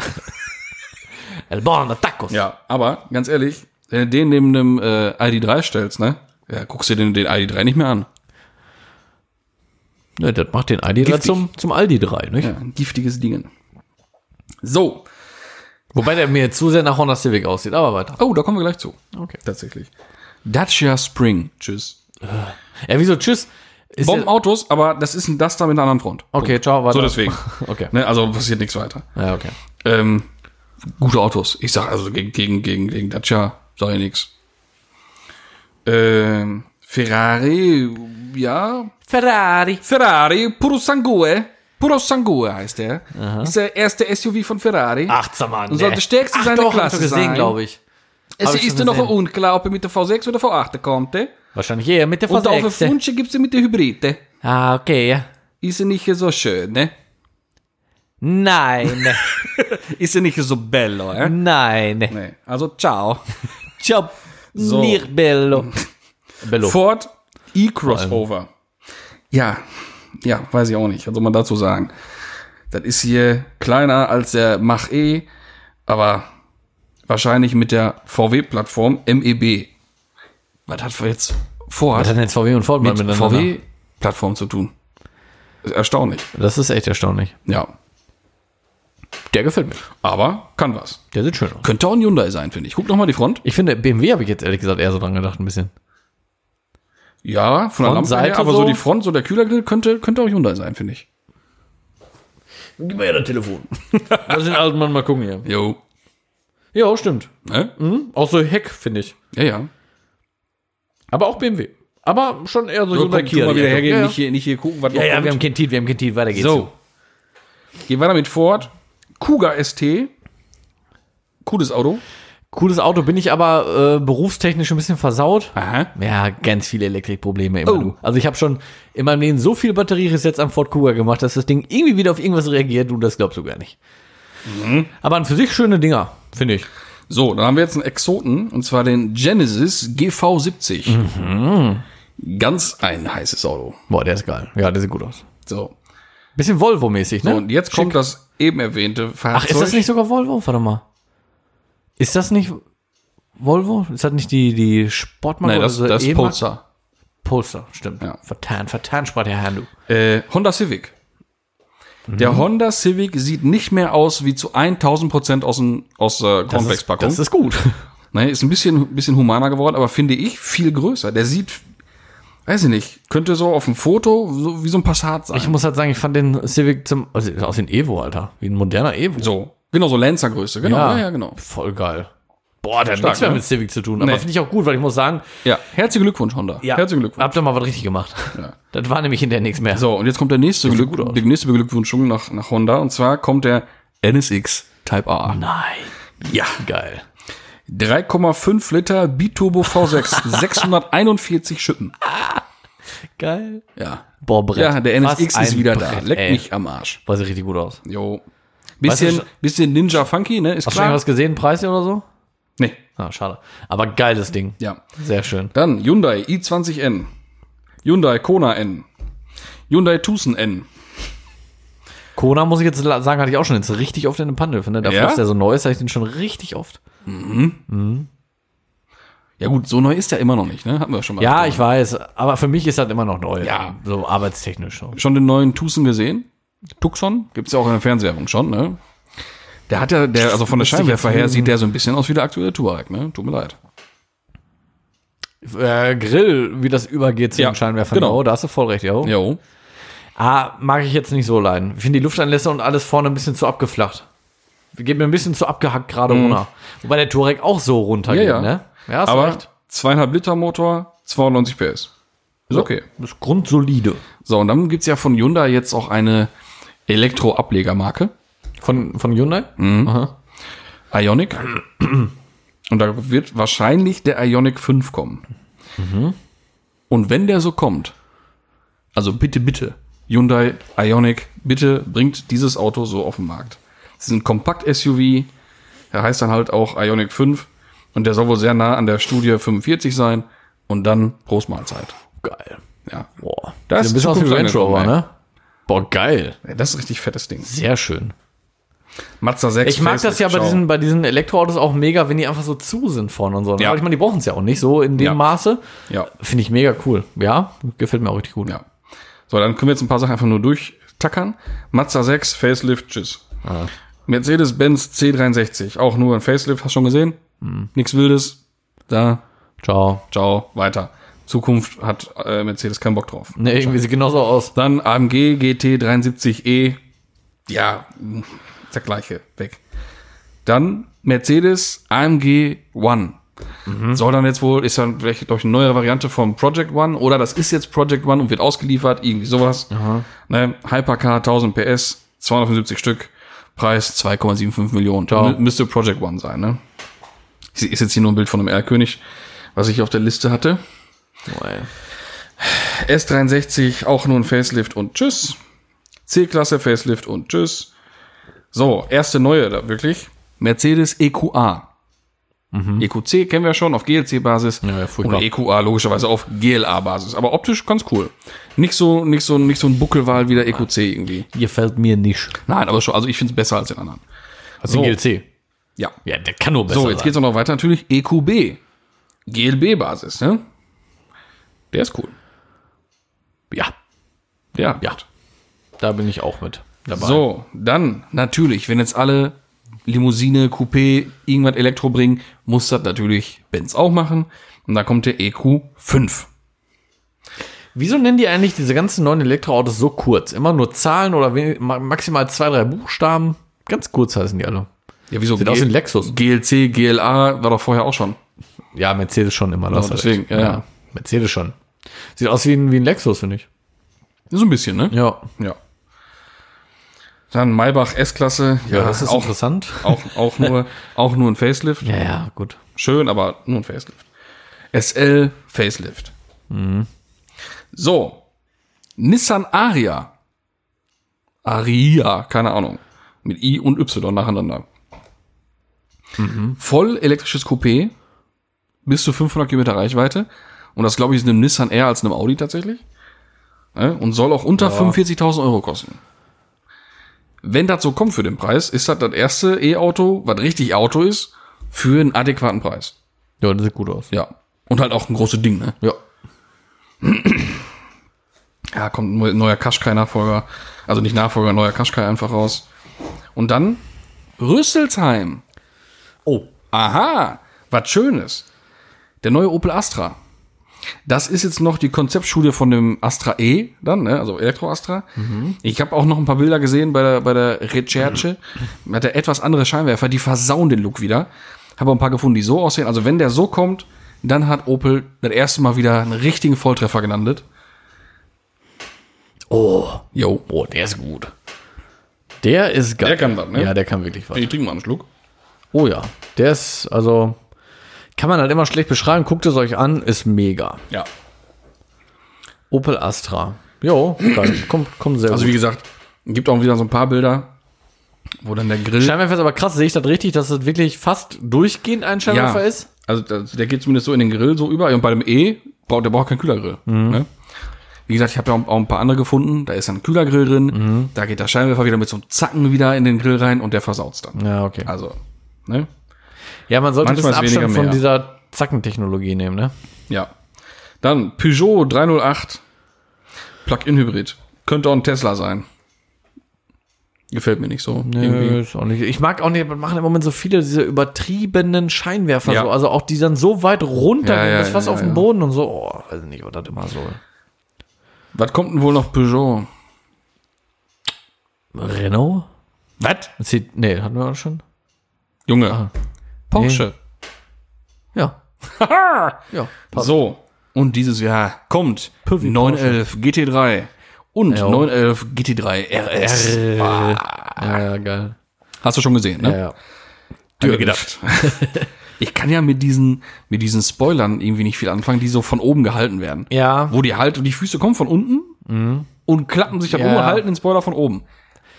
S2: El Born de Tacos.
S1: Ja, aber ganz ehrlich, wenn du den neben einem äh, ID3 stellst, ne? Ja, guckst dir den, den ID3 nicht mehr an.
S2: Ne, das macht den Aldi
S1: Giftig.
S2: zum, zum Aldi 3, nicht?
S1: Ja, ein giftiges Ding. So,
S2: Wobei der mir jetzt zu sehr nach Honda Civic aussieht, aber weiter.
S1: Oh, da kommen wir gleich zu.
S2: Okay.
S1: Tatsächlich. Dacia Spring. Tschüss.
S2: Ja, wieso? Tschüss. Ist der-
S1: Bombenautos, aber das ist ein Duster mit einer anderen Front.
S2: okay, ciao, weiter.
S1: So deswegen.
S2: Okay.
S1: Ne, also passiert nichts weiter.
S2: Ja, Ah, okay.
S1: Ähm, gute Autos. Ich sag also gegen, gegen, gegen, gegen Dacia sag ich nichts. Ähm, Ferrari, ja.
S2: Ferrari.
S1: Ferrari, puro sangue. Puro sangue heißt der. Ist der erste SUV von Ferrari.
S2: Ach, sag mal,
S1: Und soll
S2: nee.
S1: der stärkste
S2: ne? Ach,
S1: seiner
S2: doch,
S1: Klasse
S2: hab ich schon gesehen,
S1: sein.
S2: glaube ich.
S1: es
S2: hab ich
S1: ist
S2: schon
S1: noch
S2: gesehen.
S1: unklar, ob er mit der V6 oder V8 kommt. eh?
S2: Wahrscheinlich eher mit der
S1: Und auf der
S2: V6.
S1: Funche gibt's ihn mit der Hybride.
S2: Ah, okay, ja.
S1: Ist er nicht so schön, ne?
S2: Nein,
S1: Ist ja nicht so bello, eh?
S2: nein.
S1: Nee. Also, ciao.
S2: Ciao.
S1: So.
S2: Nicht bello. Bello.
S1: Ford E-Crossover. Ja, ja, weiß ich auch nicht. Was soll man dazu sagen? Das ist hier kleiner als der Mach E, aber wahrscheinlich mit der VW-Plattform MEB. E Was hat jetzt
S2: Was
S1: Ford
S2: hat denn jetzt VW und Ford mal
S1: mit
S2: miteinander?
S1: VW-Plattform zu tun? Ist erstaunlich,
S2: Das ist echt erstaunlich.
S1: ja.
S2: Der gefällt mir.
S1: Aber kann was.
S2: Der sieht schön aus.
S1: Könnte auch ein Hyundai sein, finde ich. Guck noch mal die Front.
S2: Ich finde, BMW habe ich jetzt ehrlich gesagt eher so dran gedacht, ein bisschen.
S1: Ja, von der Lampe
S2: Frontseite
S1: her, aber so
S2: so?
S1: die Front, so der Kühlergrill könnte, könnte auch Hyundai sein, finde ich. Gib mir ja das Telefon.
S2: Lass den alten Mann mal gucken hier.
S1: Jo.
S2: Ja, stimmt.
S1: Ne?
S2: Mhm. Auch so Heck, finde ich.
S1: Ja, ja.
S2: Aber auch BMW. Aber schon eher so, so
S1: komm, tu mal
S2: die
S1: wieder
S2: Ecke.
S1: hergehen,
S2: ja,
S1: Nicht, hier, nicht hier gucken, was
S2: ja,
S1: noch
S2: ja, ja,
S1: kommt.
S2: wir haben kein Tiet, wir haben kein Tiet. Weiter geht's.
S1: So. Gehen weiter mit Ford. Kuga ST. Cooles Auto.
S2: Cooles Auto, bin ich aber äh, berufstechnisch ein bisschen versaut.
S1: Aha.
S2: Ja, ganz viele Elektrikprobleme immer.
S1: Oh.
S2: Du. Also ich habe schon in meinem Leben so viel Batterieresets am Ford Kuga gemacht, dass das Ding irgendwie wieder auf irgendwas reagiert. Du, das glaubst du gar nicht.
S1: Mhm.
S2: Aber an für sich schöne Dinger, finde ich.
S1: So, dann haben wir jetzt einen Exoten, und zwar den Genesis GV70.
S2: Mhm.
S1: Ganz ein heißes Auto.
S2: Boah, der ist geil. Ja, der sieht gut aus.
S1: So.
S2: Bisschen Volvo-mäßig, ne?
S1: so und jetzt kommt das eben erwähnte Fahrzeug.
S2: Ach, ist das nicht sogar Volvo? Warte mal. Ist das nicht Volvo? Ist das nicht die, die Sportmarke?
S1: Nein, das,
S2: oder so
S1: das ist
S2: E-Marke?
S1: Polestar.
S2: Polestar, stimmt.
S1: Ja.
S2: Vertan, vertan, spart Herr Handu.
S1: Äh, Honda Civic. Der Honda Civic sieht nicht mehr aus wie zu 1000 Prozent aus, dem- aus der Cornflakes-Packung.
S2: Das ist gut.
S1: Nee, ist ein bisschen, bisschen humaner geworden, aber finde ich viel größer. Der sieht, weiß ich nicht, könnte so auf dem Foto so, wie so ein Passat sein.
S2: Ich muss halt sagen, ich fand den Civic zum, also aus dem Evo, Alter. Wie ein moderner Evo.
S1: so, genau, so Lancer-Größe. Genau, ja. ja, genau.
S2: Voll geil. Boah, der hat
S1: Stark,
S2: nichts mehr
S1: ne?
S2: mit Civic zu tun. Aber
S1: Nee.
S2: finde ich auch gut, weil ich muss sagen,
S1: Ja, herzlichen Glückwunsch, Honda. Herzlichen Glückwunsch.
S2: habt ihr mal was richtig gemacht. Das war nämlich hinterher nichts mehr.
S1: So, und jetzt kommt der nächste,
S2: gut aus.
S1: Glück, die nächste Beglückwunschung nach, nach Honda, und zwar kommt der NSX Type A.
S2: Nein.
S1: Ja.
S2: Geil.
S1: 3,5 Liter Biturbo V6, 641 Schippen.
S2: Geil.
S1: Ja.
S2: Boah, Brett.
S1: Ja, der
S2: Was
S1: NSX ist
S2: ein
S1: wieder da.
S2: Brett,
S1: Leck
S2: ey.
S1: mich am Arsch.
S2: Boah, sieht richtig gut aus.
S1: Jo.
S2: Weißt du
S1: Bisschen,
S2: schon-
S1: bisschen Ninja Funky, ne? Ist
S2: Hast du schon
S1: klar.
S2: was gesehen, Preis oder so?
S1: Nee.
S2: Ah, schade. Aber geiles Ding.
S1: Ja.
S2: Sehr schön.
S1: Dann Hyundai i20N. Hyundai Kona N. Hyundai Tucson N.
S2: Kona, muss ich jetzt la- sagen, hatte ich auch schon jetzt richtig oft in den Pandel. Ne? Dafür,
S1: Ja?
S2: dass der so neu ist, hatte ich den schon richtig oft.
S1: Ja gut, so neu ist der immer noch nicht, ne? Hatten wir schon mal.
S2: Ja, ich weiß. Aber für mich ist das immer noch neu.
S1: Ja.
S2: So arbeitstechnisch. So.
S1: Schon den neuen Tucson gesehen? Tucson? Gibt's ja auch in der Fernsehwerbung schon, ne? Der hat ja, der, also von der Scheinwerfer her sieht der so ein bisschen aus wie der aktuelle Touareg, ne? Tut mir leid.
S2: Äh, Grill, wie das übergeht zu
S1: Ja,
S2: den Scheinwerfern.
S1: genau.
S2: Oh, da hast du voll recht, ja.
S1: Jo.
S2: Ah, mag ich jetzt nicht so leiden. Ich finde die Luftanlässe und alles vorne ein bisschen zu abgeflacht. Geht mir ein bisschen zu abgehackt gerade runter. Wobei der Touareg auch so runtergeht,
S1: Mhm. Ja, ja.
S2: ne? Ja, hast
S1: Aber zweieinhalb Liter Motor, 92 PS. Ist okay.
S2: Das ist grundsolide.
S1: So, und dann gibt's ja von Hyundai jetzt auch eine Elektro-Ablegermarke.
S2: Von, von Hyundai?
S1: Ionic. Und da wird wahrscheinlich der Ionic 5 kommen.
S2: Mhm.
S1: Und wenn der so kommt, also bitte, bitte, Hyundai Ionic, bitte bringt dieses Auto so auf den Markt. Es ist ein Kompakt-SUV, der heißt dann halt auch Ionic 5 und der soll wohl sehr nah an der Studie 45 sein und dann Prost Mahlzeit.
S2: Geil.
S1: Ja,
S2: Boah.
S1: Das
S2: Sieht ein bisschen aus wie Range
S1: Zukunftseinrichtung,
S2: Rover,
S1: ey.
S2: ne? Boah, geil.
S1: das ist ein richtig fettes Ding.
S2: Sehr schön.
S1: Mazda 6.
S2: Ich mag das ja bei diesen, bei diesen Elektroautos auch mega, wenn die einfach so zu sind vorne und so.
S1: Ja.
S2: Aber ich meine, die brauchen es ja auch nicht so in dem
S1: Ja.
S2: Maße.
S1: Ja,
S2: Finde ich mega cool. Ja, gefällt mir auch richtig gut.
S1: ja. So, dann können wir jetzt ein paar Sachen einfach nur durchtackern. Mazda 6, Facelift, tschüss. Mercedes-Benz C63, auch nur ein Facelift, hast schon gesehen? Nichts Wildes. Da,
S2: Ciao.
S1: ciao, weiter. Zukunft hat äh, Mercedes keinen Bock drauf.
S2: Ne, irgendwie sieht genauso aus.
S1: Dann AMG GT 73E. E. Ja, mh, ist der gleiche, weg. Dann Mercedes AMG One. Soll dann jetzt wohl, ist dann vielleicht durch eine neue Variante vom Project One oder das ist jetzt Project One und wird ausgeliefert, irgendwie sowas. Ne, Hypercar 1000 PS, 275 Stück, Preis 2,75 Millionen. Mü- Müsste Project One sein, ne? Sie- Ist jetzt hier nur ein Bild von einem R-König, was ich auf der Liste hatte. S63 auch nur ein Facelift und tschüss. C-Klasse Facelift und tschüss. So, erste neue da wirklich. Mercedes E EQA. Mhm. EQC E kennen wir schon auf GLC-Basis.
S2: Ja, ja,
S1: und
S2: furchtbar.
S1: EQA E logischerweise auf GLA-Basis. Aber optisch ganz cool. Nicht so, nicht so, nicht so ein Buckelwal wie der EQC irgendwie.
S2: Gefällt mir nicht.
S1: Nein, aber schon, also ich finde es besser als den anderen.
S2: Also
S1: So.
S2: GLC.
S1: Ja.
S2: Ja, der kann nur besser
S1: So, jetzt geht's auch noch weiter natürlich. E EQB. GLB-Basis, ne? Der ist cool.
S2: Ja,
S1: Ja.
S2: ja. Da bin ich auch mit dabei.
S1: So, dann natürlich, wenn jetzt alle Limousine, Coupé, irgendwas Elektro bringen, muss das natürlich Benz auch machen. Und da kommt der E EQ5.
S2: Wieso nennen die eigentlich diese ganzen neuen Elektroautos so kurz? Immer nur Zahlen oder we- ma- maximal zwei, drei Buchstaben? Ganz kurz heißen die alle.
S1: Ja, wieso?
S2: Sieht aus wie ein Lexus.
S1: GLC, GLA war doch vorher auch schon.
S2: Ja, Mercedes schon immer. da
S1: Ja,
S2: hast du recht.
S1: Genau, deswegen, ja, ja.
S2: Mercedes schon. Sieht aus wie ein, wie ein Lexus, finde ich.
S1: So ein bisschen, ne?
S2: Ja.
S1: Ja. Dann Maybach S-Klasse. Ja, auch,
S2: interessant.
S1: auch, auch, nur, auch nur ein Facelift.
S2: Ja, ja, gut.
S1: Schön, aber nur ein Facelift. SL Facelift. So. Nissan Aria. Aria, keine Ahnung. Mit I und Y nacheinander. Voll elektrisches Coupé. Bis zu 500 Kilometer Reichweite. Und das glaube ich ist einem Nissan eher als einem Audi tatsächlich. Ne? Und soll auch unter 45.000 Euro kosten. Wenn das so kommt für den Preis, ist das das erste E-Auto, was richtig Auto ist, für einen adäquaten Preis.
S2: Ja, das sieht gut aus.
S1: Ja. Und halt auch ein großes Ding, ne?
S2: Ja.
S1: Ja, kommt ein neu- neuer Kaschkai-Nachfolger. Also nicht Nachfolger, neuer Kaschkai einfach raus. Und dann Rüsselsheim.
S2: Oh.
S1: Aha, was Schönes. Der neue Opel Astra. Das ist jetzt noch die Konzeptstudie von dem Astra E, dann, ne? also Elektro Astra. Ich habe auch noch ein paar Bilder gesehen bei der, bei der Recherche. Hat er etwas andere Scheinwerfer, die versauen den Look wieder. Habe auch ein paar gefunden, die so aussehen. Also wenn der so kommt, dann hat Opel das erste Mal wieder einen richtigen Volltreffer gelandet.
S2: Oh.
S1: Jo.
S2: Oh, der ist gut. Der ist geil.
S1: Der kann was, ne?
S2: Ja, der kann wirklich was.
S1: Ich trinke mal einen Schluck.
S2: Oh ja. Der ist, also, kann man halt immer schlecht beschreiben. Guckt es euch an, ist mega.
S1: Ja.
S2: Opel Astra. Jo, geil. kommt, kommt sehr
S1: Also wie
S2: gut.
S1: gesagt, gibt auch wieder so ein paar Bilder, wo dann der Grill.
S2: Scheinwerfer ist aber krass, sehe ich das richtig, dass das wirklich fast durchgehend ein Scheinwerfer ist?
S1: Also das, der geht zumindest so in den Grill so über. Und bei dem E, braucht, der braucht keinen Kühlergrill. Ne? Wie gesagt, ich habe ja auch auch ein paar andere gefunden. Da ist dann ein Kühlergrill drin. Da geht der Scheinwerfer wieder mit so einem Zacken wieder in den Grill rein und der versaut's dann.
S2: Ja, okay.
S1: Also, ne?
S2: Ja, man sollte ein bisschen
S1: Manchmal ist
S2: Abstand
S1: weniger
S2: von
S1: mehr.
S2: dieser Zackentechnologie nehmen, ne?
S1: Ja. Dann Peugeot 308 Plug-in-Hybrid. Könnte auch ein Tesla sein. Gefällt mir nicht so.
S2: Nö, ist auch nicht. Ich mag auch nicht, wir machen im Moment so viele diese übertriebenen Scheinwerfer
S1: Ja.
S2: so. Also auch die dann so weit runter,
S1: Ja, ja,
S2: das was
S1: ja,
S2: auf dem
S1: ja.
S2: Boden und so. Oh, weiß nicht, was das immer so.
S1: Was kommt denn wohl noch Peugeot?
S2: Renault?
S1: Was?
S2: Sie, nee, hatten wir auch schon.
S1: Junge. Porsche.
S2: Ja. ja. Passt.
S1: So. Und dieses Jahr kommt
S2: Püffi
S1: 911 GT3 und
S2: Ja.
S1: 911 GT3 RS.
S2: Äh, ja, geil.
S1: Hast du schon gesehen, ne?
S2: Ja, ja.
S1: Hab mir gedacht. ich kann ja mit diesen, mit diesen Spoilern irgendwie nicht viel anfangen, die so von oben gehalten werden.
S2: Ja. Mhm.
S1: Wo die halt, die Füße kommen von unten und klappen sich dann
S2: Ja.
S1: um und halten den Spoiler von oben.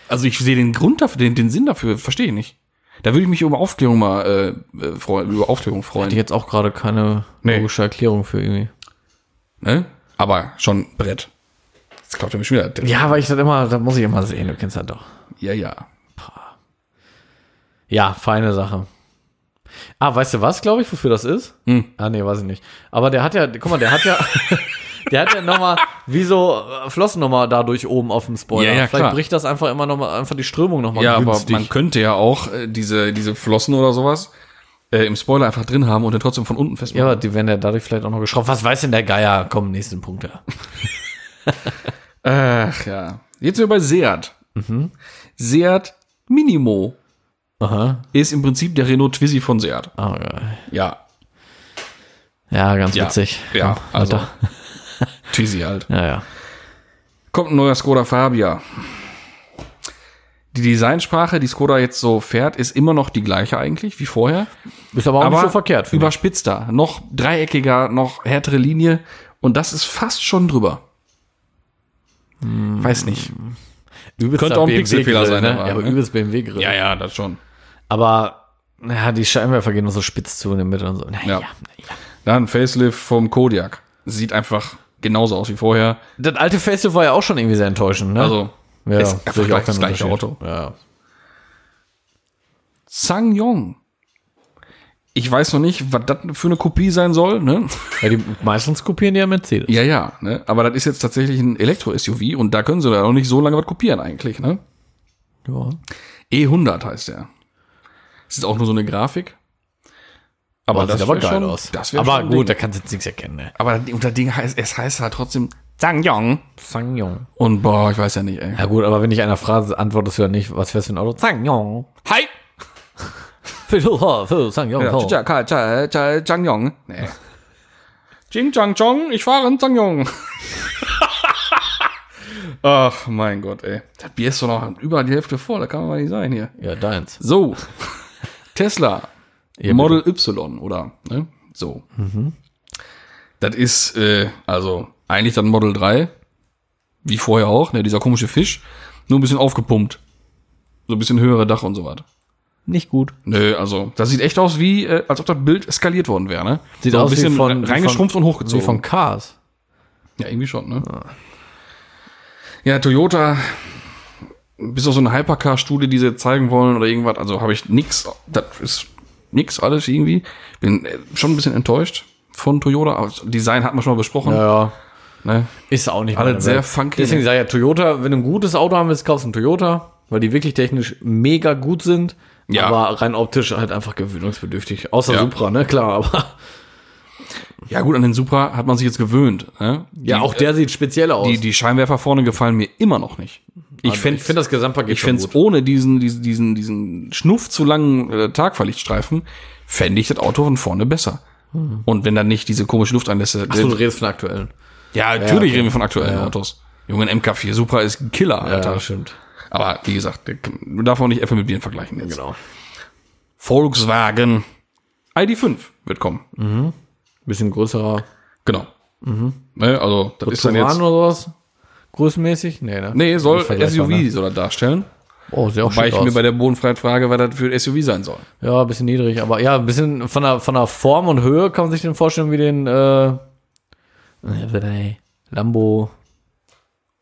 S1: Also ich sehe den Grund dafür, den, den Sinn dafür, verstehe ich nicht. Da würde ich mich über Aufklärung mal, äh, äh, freuen, über Aufklärung freuen.
S2: Hätte ich jetzt auch gerade keine
S1: Nee.
S2: logische Erklärung für irgendwie.
S1: Ne? Aber schon Brett. Jetzt klaut er mich schon wieder.
S2: Ja, aber ich das immer, das muss ich immer sehen, du kennst das doch.
S1: Ja, ja.
S2: Ja, feine Sache. Ah, weißt du was, glaube ich, wofür das ist?
S1: Hm.
S2: Ah, nee, weiß ich nicht. Aber der hat ja, guck mal, der hat ja, der hat ja nochmal, wie so äh, Flossen nochmal dadurch oben auf dem Spoiler.
S1: Ja, ja,
S2: Vielleicht
S1: klar.
S2: bricht das einfach immer nochmal, einfach die Strömung nochmal
S1: Ja, aber man könnte ja auch äh, diese, diese Flossen oder sowas äh, im Spoiler einfach drin haben und dann trotzdem von unten
S2: ja,
S1: festmachen.
S2: aber die werden ja dadurch vielleicht auch noch geschraubt. Was weiß denn der Geier? Komm, nächsten Punkt. Ja.
S1: Ach ja. Jetzt sind wir bei Seat. Mhm. Seat Minimo
S2: Aha.
S1: ist im Prinzip der Renault Twizy von Seat.
S2: Ah, geil.
S1: Ja.
S2: ja, ganz
S1: Ja.
S2: witzig.
S1: Ja,
S2: Komm,
S1: also.
S2: weiter.
S1: Twizy halt.
S2: Ja, ja.
S1: Kommt ein neuer Skoda Fabia. Die Designsprache, die Skoda jetzt so fährt, ist immer noch die gleiche eigentlich wie vorher.
S2: Ist aber auch nicht so verkehrt. finde
S1: überspitzter, noch dreieckiger, noch härtere Linie und das ist fast schon drüber. Weiß nicht.
S2: ich. Übelster
S1: könnte auch ein
S2: BMW
S1: Pixelfehler
S2: Grill,
S1: sein,
S2: ne?
S1: aber,
S2: Ja, aber
S1: ne?
S2: übelst BMW-Grill.
S1: Ja, ja, das schon.
S2: Aber ja, die Scheinwerfer gehen nur so spitz zu in der Mitte und so. Naja,
S1: Ja.
S2: naja.
S1: Dann Facelift vom Kodiak. Sieht einfach genauso aus wie vorher.
S2: Das alte Facelift war ja auch schon irgendwie sehr enttäuschend, ne?
S1: Also,
S2: ja,
S1: ist
S2: sehe ich
S1: einfach gleich das
S2: keinen
S1: gleiche
S2: Unterschied.
S1: Auto.
S2: Ja.
S1: Sang Yong. Ich weiß noch nicht, was das für eine Kopie sein soll, ne?
S2: ja, die meistens kopieren die ja Mercedes.
S1: Ja, ja, ne? Aber das ist jetzt tatsächlich ein Elektro-SUV und da können sie da auch nicht so lange was kopieren eigentlich, ne?
S2: Ja.
S1: E100 E heißt der. Das ist auch nur so eine Grafik. Aber
S2: sieht aber
S1: wär
S2: geil
S1: schon,
S2: aus.
S1: Das wär
S2: aber
S1: schon ein
S2: gut, da
S1: Ding.
S2: kannst du jetzt nichts erkennen, ne?
S1: Aber das- und das Ding heißt, es heißt halt trotzdem Zangyong.
S2: Zangjong.
S1: Und boah, ich weiß ja nicht, ey.
S2: Ja gut, aber wenn ich einer Phrase antwortest du ja nicht, was fährst du für ein Auto? Zangjong.
S1: Hi! Oh.
S2: Zangjong.
S1: Ja,
S2: Ja,
S1: tja, ka- tja, tja, Zangyong. Nee. Jing Chang Chong, ich fahre in Zangyong. Ach, mein Gott, ey. Das Bier ist doch noch über die Hälfte voll, da kann man mal nicht sein hier.
S2: ja, deins.
S1: So, Tesla Model Y, oder? Ne? So.
S2: Mhm.
S1: Das ist äh, also eigentlich dann Model 3, wie vorher auch, ne? dieser komische Fisch, nur ein bisschen aufgepumpt. So ein bisschen höhere Dach und so was.
S2: Nicht gut.
S1: Nö, also das sieht echt aus wie, äh, als ob das Bild skaliert worden wäre, ne?
S2: Sieht
S1: so ein
S2: aus wie
S1: bisschen
S2: von-
S1: reingeschrumpft und
S2: So
S1: hochgezogen.
S2: wie von Cars.
S1: ja, irgendwie schon, ne? Ja, Toyota, bis auf so eine Hypercar-Studie, die sie jetzt zeigen wollen oder irgendwas, also habe ich nix, das ist nix alles irgendwie. Bin äh, schon ein bisschen enttäuscht von Toyota, aber das Design hat man schon mal besprochen,
S2: Ja,
S1: ne?
S2: Ist auch nicht
S1: Alles
S2: meine
S1: sehr
S2: Welt.
S1: funky,
S2: Deswegen
S1: ne?
S2: sage ich ja, Toyota, wenn du ein gutes Auto haben willst, kaufst du einen Toyota, weil die wirklich technisch mega gut sind.
S1: Ja.
S2: Aber rein optisch halt einfach gewöhnungsbedürftig. Außer
S1: Ja.
S2: Supra, ne? Klar, aber
S1: Ja gut, an den Supra hat man sich jetzt gewöhnt, ne?
S2: ja,
S1: die,
S2: auch der sieht speziell aus.
S1: die, die Scheinwerfer vorne gefallen mir immer noch nicht. Ich
S2: Also
S1: fänd-
S2: ich find das Gesamtpaket
S1: Ich
S2: schon
S1: fände es ohne diesen, diesen, diesen, diesen Schnuff zu langen äh, Tagfahrlichtstreifen, fände ich das Auto von vorne besser.
S2: Hm.
S1: Und wenn dann nicht diese komische Lufteinlässe.
S2: Achso, du redest von aktuellen.
S1: ja, natürlich
S2: okay.
S1: reden wir von aktuellen Autos. Junge, ein MK4 Supra ist ein Killer, Alter.
S2: stimmt.
S1: Aber wie gesagt, man darf auch nicht Äpfel mit Bieren vergleichen jetzt.
S2: Genau.
S1: Volkswagen ID5 wird kommen.
S2: Bisschen größerer
S1: Genau.
S2: Mhm.
S1: Ne, also, das ist dann
S2: Touran oder
S1: jetzt.
S2: sowas. Größenmäßig? Nee, ne?
S1: Nee, soll
S2: Vergleichbar,
S1: SUV
S2: ne?
S1: soll er darstellen.
S2: Oh, sieht auch
S1: Weil
S2: schick
S1: ich mir
S2: aus.
S1: bei der Bodenfreiheit frage, was das für ein SUV sein soll.
S2: Ja, ein bisschen niedrig, aber ja, ein bisschen von der, von der Form und Höhe kann man sich den vorstellen wie den äh, Lambo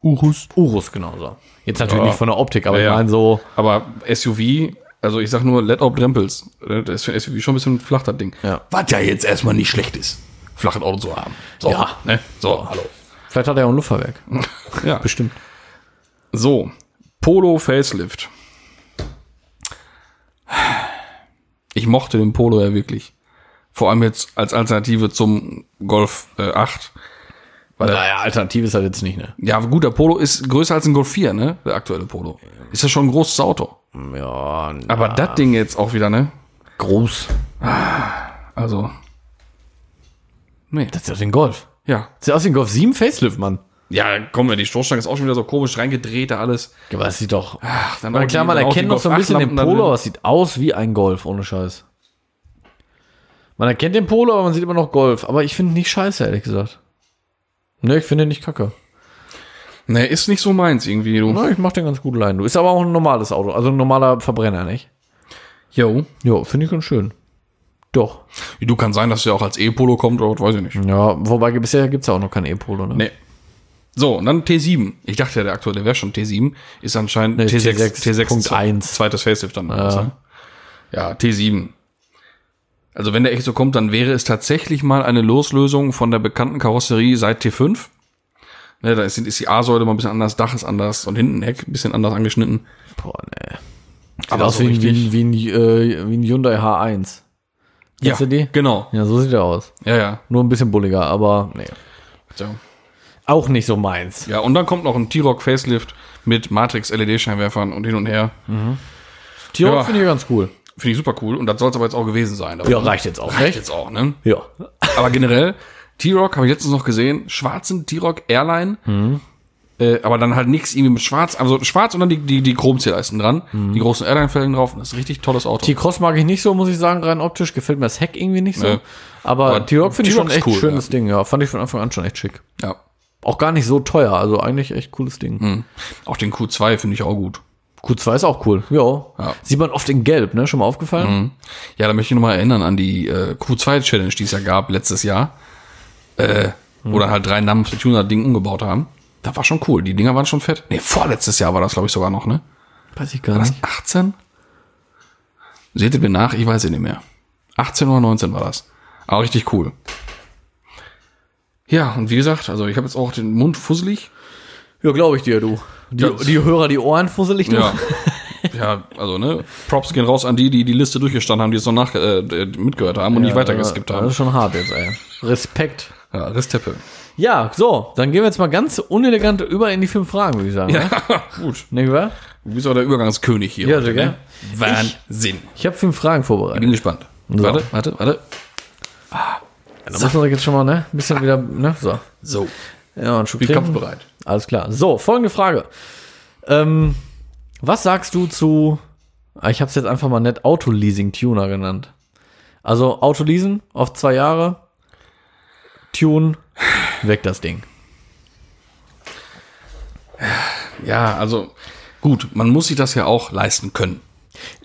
S2: Urus. Urus, genau so. Jetzt natürlich
S1: Ja.
S2: nicht von der Optik, aber
S1: Ja,
S2: ich
S1: ja.
S2: meine so,
S1: Aber SUV, also ich sag nur, let out Drempels. Äh, Das ist für ein SUV schon ein bisschen flach, das Ding.
S2: Ja.
S1: Was ja jetzt erstmal nicht schlecht ist, flaches Auto zu haben. So,
S2: Ja.
S1: Ne? So, hallo.
S2: vielleicht hat er ja auch ein Luftfahrwerk.
S1: Ja.
S2: Bestimmt.
S1: So, Polo Facelift. Ich mochte den Polo ja wirklich. Vor allem jetzt als Alternative zum Golf äh, 8. Weil der,
S2: Naja, alternativ ist halt jetzt nicht, ne?
S1: ja, gut, der Polo ist größer als ein Golf 4, ne? Der aktuelle Polo. Ist ja schon ein großes Auto.
S2: Ja,
S1: Aber das Ding jetzt auch wieder, ne?
S2: groß.
S1: Also. Nee.
S2: Das sieht aus wie ein Golf.
S1: Ja.
S2: Das sieht aus wie ein Golf 7 Facelift, Mann.
S1: Ja, komm, die Stoßstange ist auch schon wieder so komisch reingedreht, da alles.
S2: Ja, Aber das sieht doch.
S1: Ach, dann genau
S2: genau Aber klar, man erkennt noch so ein bisschen den Polo, aber es sieht aus wie ein Golf, ohne Scheiß. Man erkennt den Polo, aber man sieht immer noch Golf. Aber ich finde ihn nicht scheiße, ehrlich gesagt. Ne, ich finde ihn nicht kacke.
S1: Nee, ist nicht so meins irgendwie, du.
S2: Na, ich mach den ganz gut allein. Du ist aber auch ein normales Auto, also ein normaler Verbrenner, nicht?
S1: Jo.
S2: Ja, finde ich ganz schön. Doch.
S1: Du kann sein, dass der auch als E-Polo kommt, oder was weiß ich nicht.
S2: Ja, wobei bisher gibt's ja auch noch kein E-Polo, ne?
S1: Nee. So, und dann T7. Ich dachte, der aktuelle wäre schon T7. Ist anscheinend
S2: Nee,
S1: T6.
S2: T6, Punkt
S1: zwe-
S2: eins.
S1: Zweites Facelift dann. Ja. ja, T7. Also wenn der echt so kommt, dann wäre es tatsächlich mal eine Loslösung von der bekannten Karosserie seit T5. Ne, da ist, ist die A-Säule mal ein bisschen anders, Dach ist anders und hinten Heck ein bisschen anders angeschnitten.
S2: Boah, nee.
S1: Aber
S2: aus
S1: so
S2: wie, ein- wie,
S1: richtig-
S2: ein- wie, ein, äh, wie ein Hyundai H1.
S1: Ja,
S2: Kennst du die?
S1: genau.
S2: Ja, so sieht er aus.
S1: Ja, ja.
S2: Nur ein bisschen bulliger, aber nee.
S1: So.
S2: Auch nicht so meins.
S1: Ja, und dann kommt noch ein T-Rock Facelift mit Matrix-LED-Scheinwerfern und hin und her.
S2: Tio
S1: Ja.
S2: finde ich ganz cool.
S1: Finde ich super cool. Und das soll es aber jetzt auch gewesen sein.
S2: Ja, reicht jetzt auch,
S1: Reicht
S2: nicht?
S1: jetzt auch, ne?
S2: Ja.
S1: Aber generell, T-Rock habe ich letztens noch gesehen, schwarzen T-Rock Airline.
S2: Mhm.
S1: Äh, aber dann halt nichts irgendwie mit schwarz, also schwarz und dann die, die, die Chromzierleisten dran,
S2: Mhm.
S1: die großen Airline-Felgen drauf und das ist ein richtig tolles Auto.
S2: T-Cross mag ich nicht so, muss ich sagen, rein optisch. Gefällt mir das Heck irgendwie nicht so.
S1: Nee.
S2: Aber
S1: Aber
S2: T-Rock finde ich schon
S1: T-Rock ist
S2: echt
S1: cool,
S2: schönes Ding, ja. Fand ich von Anfang an schon echt schick.
S1: ja.
S2: Auch gar nicht so teuer, also eigentlich echt cooles Ding.
S1: Mhm. Auch den Q2 finde ich auch gut.
S2: Q2 ist auch cool. Jo.
S1: Ja. Mhm.
S2: Sieht man oft in Gelb, ne? Schon mal aufgefallen?
S1: Ja, da möchte ich nochmal erinnern an die äh, Q2-Challenge, die es ja gab letztes Jahr, äh, wo dann halt drei Namen für Tuner Ding umgebaut haben. Das war schon cool. Die Dinger waren schon fett. Nee, vorletztes Jahr war das, glaube ich, sogar noch, ne?
S2: Weiß ich gar
S1: War das 18? Seht ihr mir nach, ich weiß es nicht mehr. 18 oder 19 war das. Aber richtig cool. Ja, und wie gesagt, also ich habe jetzt auch den Mund fusselig.
S2: Ja, glaube ich dir, du. Die,
S1: Ja.
S2: die Hörer, die Ohren fusselig, du.
S1: Ja. ja, also ne, Props gehen raus an die, die die Liste durchgestanden haben, die es noch nach, äh, äh, mitgehört haben und nicht weitergeskippt
S2: Das
S1: haben.
S2: ist schon hart jetzt, ey. Respekt.
S1: Ja, Risteppe.
S2: Ja, so, dann gehen wir jetzt mal ganz unelegant über in die fünf Fragen, würde ich sagen. Ne?
S1: Gut,
S2: Nicht wahr?
S1: du bist auch der Übergangskönig hier.
S2: Ja,
S1: heute,
S2: Digga.
S1: ne? Wahnsinn.
S2: Ich habe fünf Fragen vorbereitet.
S1: Bin gespannt. Warte, warte, warte.
S2: Da müssen wir jetzt schon mal, ne? Ein bisschen wieder, ne? So.
S1: So,
S2: Ja, und Schub
S1: bin kampfbereit.
S2: Alles klar. So, folgende Frage. Ähm, was sagst du zu, ah, ich habe es jetzt einfach mal nett Autoleasing-Tuner genannt. Also Autoleasen auf zwei Jahre, Tune, weg das Ding.
S1: Ja, also gut, man muss sich das ja auch leisten können.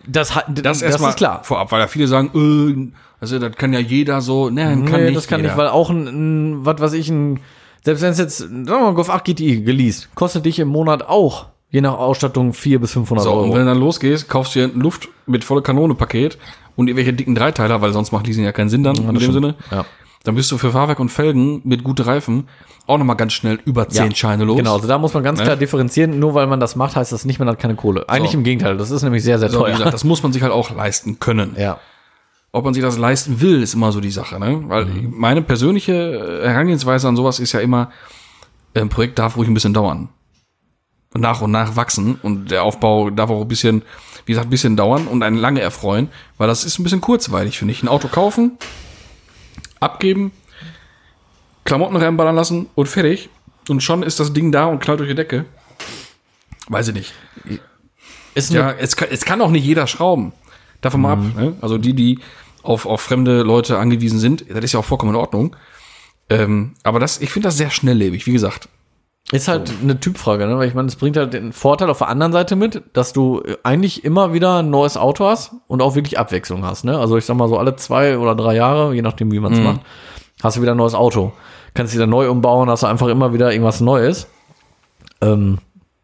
S2: Das, ha-
S1: Das, erstmal
S2: ist klar.
S1: vorab, weil ja viele sagen, äh, also das kann ja jeder so. Nein, kann
S2: nee,
S1: nicht
S2: das kann
S1: jeder.
S2: nicht, weil auch ein, ein was weiß ich, ein, selbst wenn es jetzt, sagen wir mal, Golf 8 GTI E geleast, kostet dich im Monat auch, je nach Ausstattung, 400 bis 500
S1: so, und
S2: Euro.
S1: wenn du dann losgehst, kaufst du dir ein Luft mit volle Kanone Paket und irgendwelche dicken Dreiteiler, weil sonst macht Leasing ja keinen Sinn dann in dem Sinne.
S2: Ja.
S1: Dann bist du für Fahrwerk und Felgen mit guten Reifen auch nochmal ganz schnell über 10 Scheine los. Ne?
S2: Genau, also da muss man ganz klar differenzieren. Nur weil man das macht, heißt das nicht, man hat keine Kohle. Eigentlich
S1: So.
S2: im Gegenteil, das ist nämlich sehr, sehr
S1: So, wie
S2: teuer.
S1: gesagt, das muss man sich halt auch leisten können.
S2: ja.
S1: Ob man sich das leisten will, ist immer so die Sache. Ne? Weil
S2: Mhm.
S1: meine persönliche äh, Herangehensweise an sowas ist ja immer, äh, ein Projekt darf ruhig ein bisschen dauern. Und Nach und nach wachsen und der Aufbau darf auch ein bisschen, wie gesagt, ein bisschen dauern und einen lange erfreuen, weil das ist ein bisschen kurzweilig, finde ich. Ein Auto kaufen, abgeben, Klamotten reinballern lassen und fertig. Und schon ist das Ding da und knallt durch die Decke. Weiß ich nicht.
S2: Ist
S1: Ja,
S2: eine,
S1: es kann, es kann auch nicht jeder schrauben. Davon mal
S2: Mhm.
S1: ab. Ne? Also die, die auf, auf fremde Leute angewiesen sind, das ist ja auch vollkommen in Ordnung. Ähm, aber das, ich finde das sehr schnelllebig, wie gesagt.
S2: ist halt eine Typfrage, ne? weil ich meine, es bringt halt den Vorteil auf der anderen Seite mit, dass du äh, eigentlich immer wieder ein neues Auto hast und auch wirklich Abwechslung hast. Ne? Also ich sag mal so alle zwei oder drei Jahre, je nachdem, wie man es
S1: Mhm.
S2: macht, hast du wieder ein neues Auto. Kannst wieder neu umbauen, hast du einfach immer wieder irgendwas Neues. Ähm,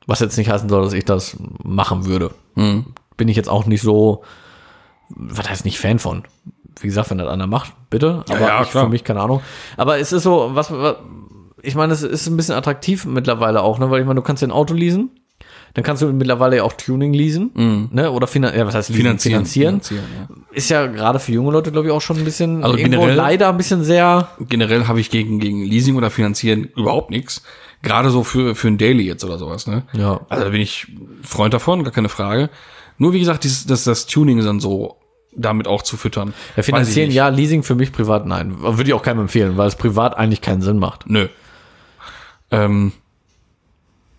S2: was jetzt nicht heißen soll, dass ich das machen würde.
S1: Mhm.
S2: Bin ich jetzt auch nicht so, was heißt nicht Fan von. Wie gesagt, wenn das einer macht, bitte. Aber
S1: ja,
S2: ich,
S1: klar.
S2: für mich keine Ahnung. Aber es ist so, was, was ich meine, es ist ein bisschen attraktiv mittlerweile auch, ne? Weil ich meine, du kannst dir ein Auto leasen, dann kannst du mittlerweile ja auch Tuning leasen,
S1: Mhm.
S2: ne? Oder finan ja, was heißt leasen? finanzieren.
S1: Finanzieren,
S2: Ist ja gerade für junge Leute, glaube ich, auch schon ein bisschen
S1: Also generell-
S2: leider ein bisschen sehr.
S1: ja. Generell habe ich gegen, gegen Leasing oder Finanzieren überhaupt nichts. Gerade so für, für ein Daily jetzt oder sowas. Ne?
S2: Ja.
S1: Also da bin ich Freund davon, gar keine Frage. Nur wie gesagt, dieses, das, das Tuning dann so damit auch zu füttern.
S2: Ja,
S1: Weiß ich
S2: finanzieren
S1: nicht.
S2: ja, Leasing für mich privat nein. Würde ich auch keinem empfehlen, weil es privat eigentlich keinen Sinn macht.
S1: Nö. Ähm,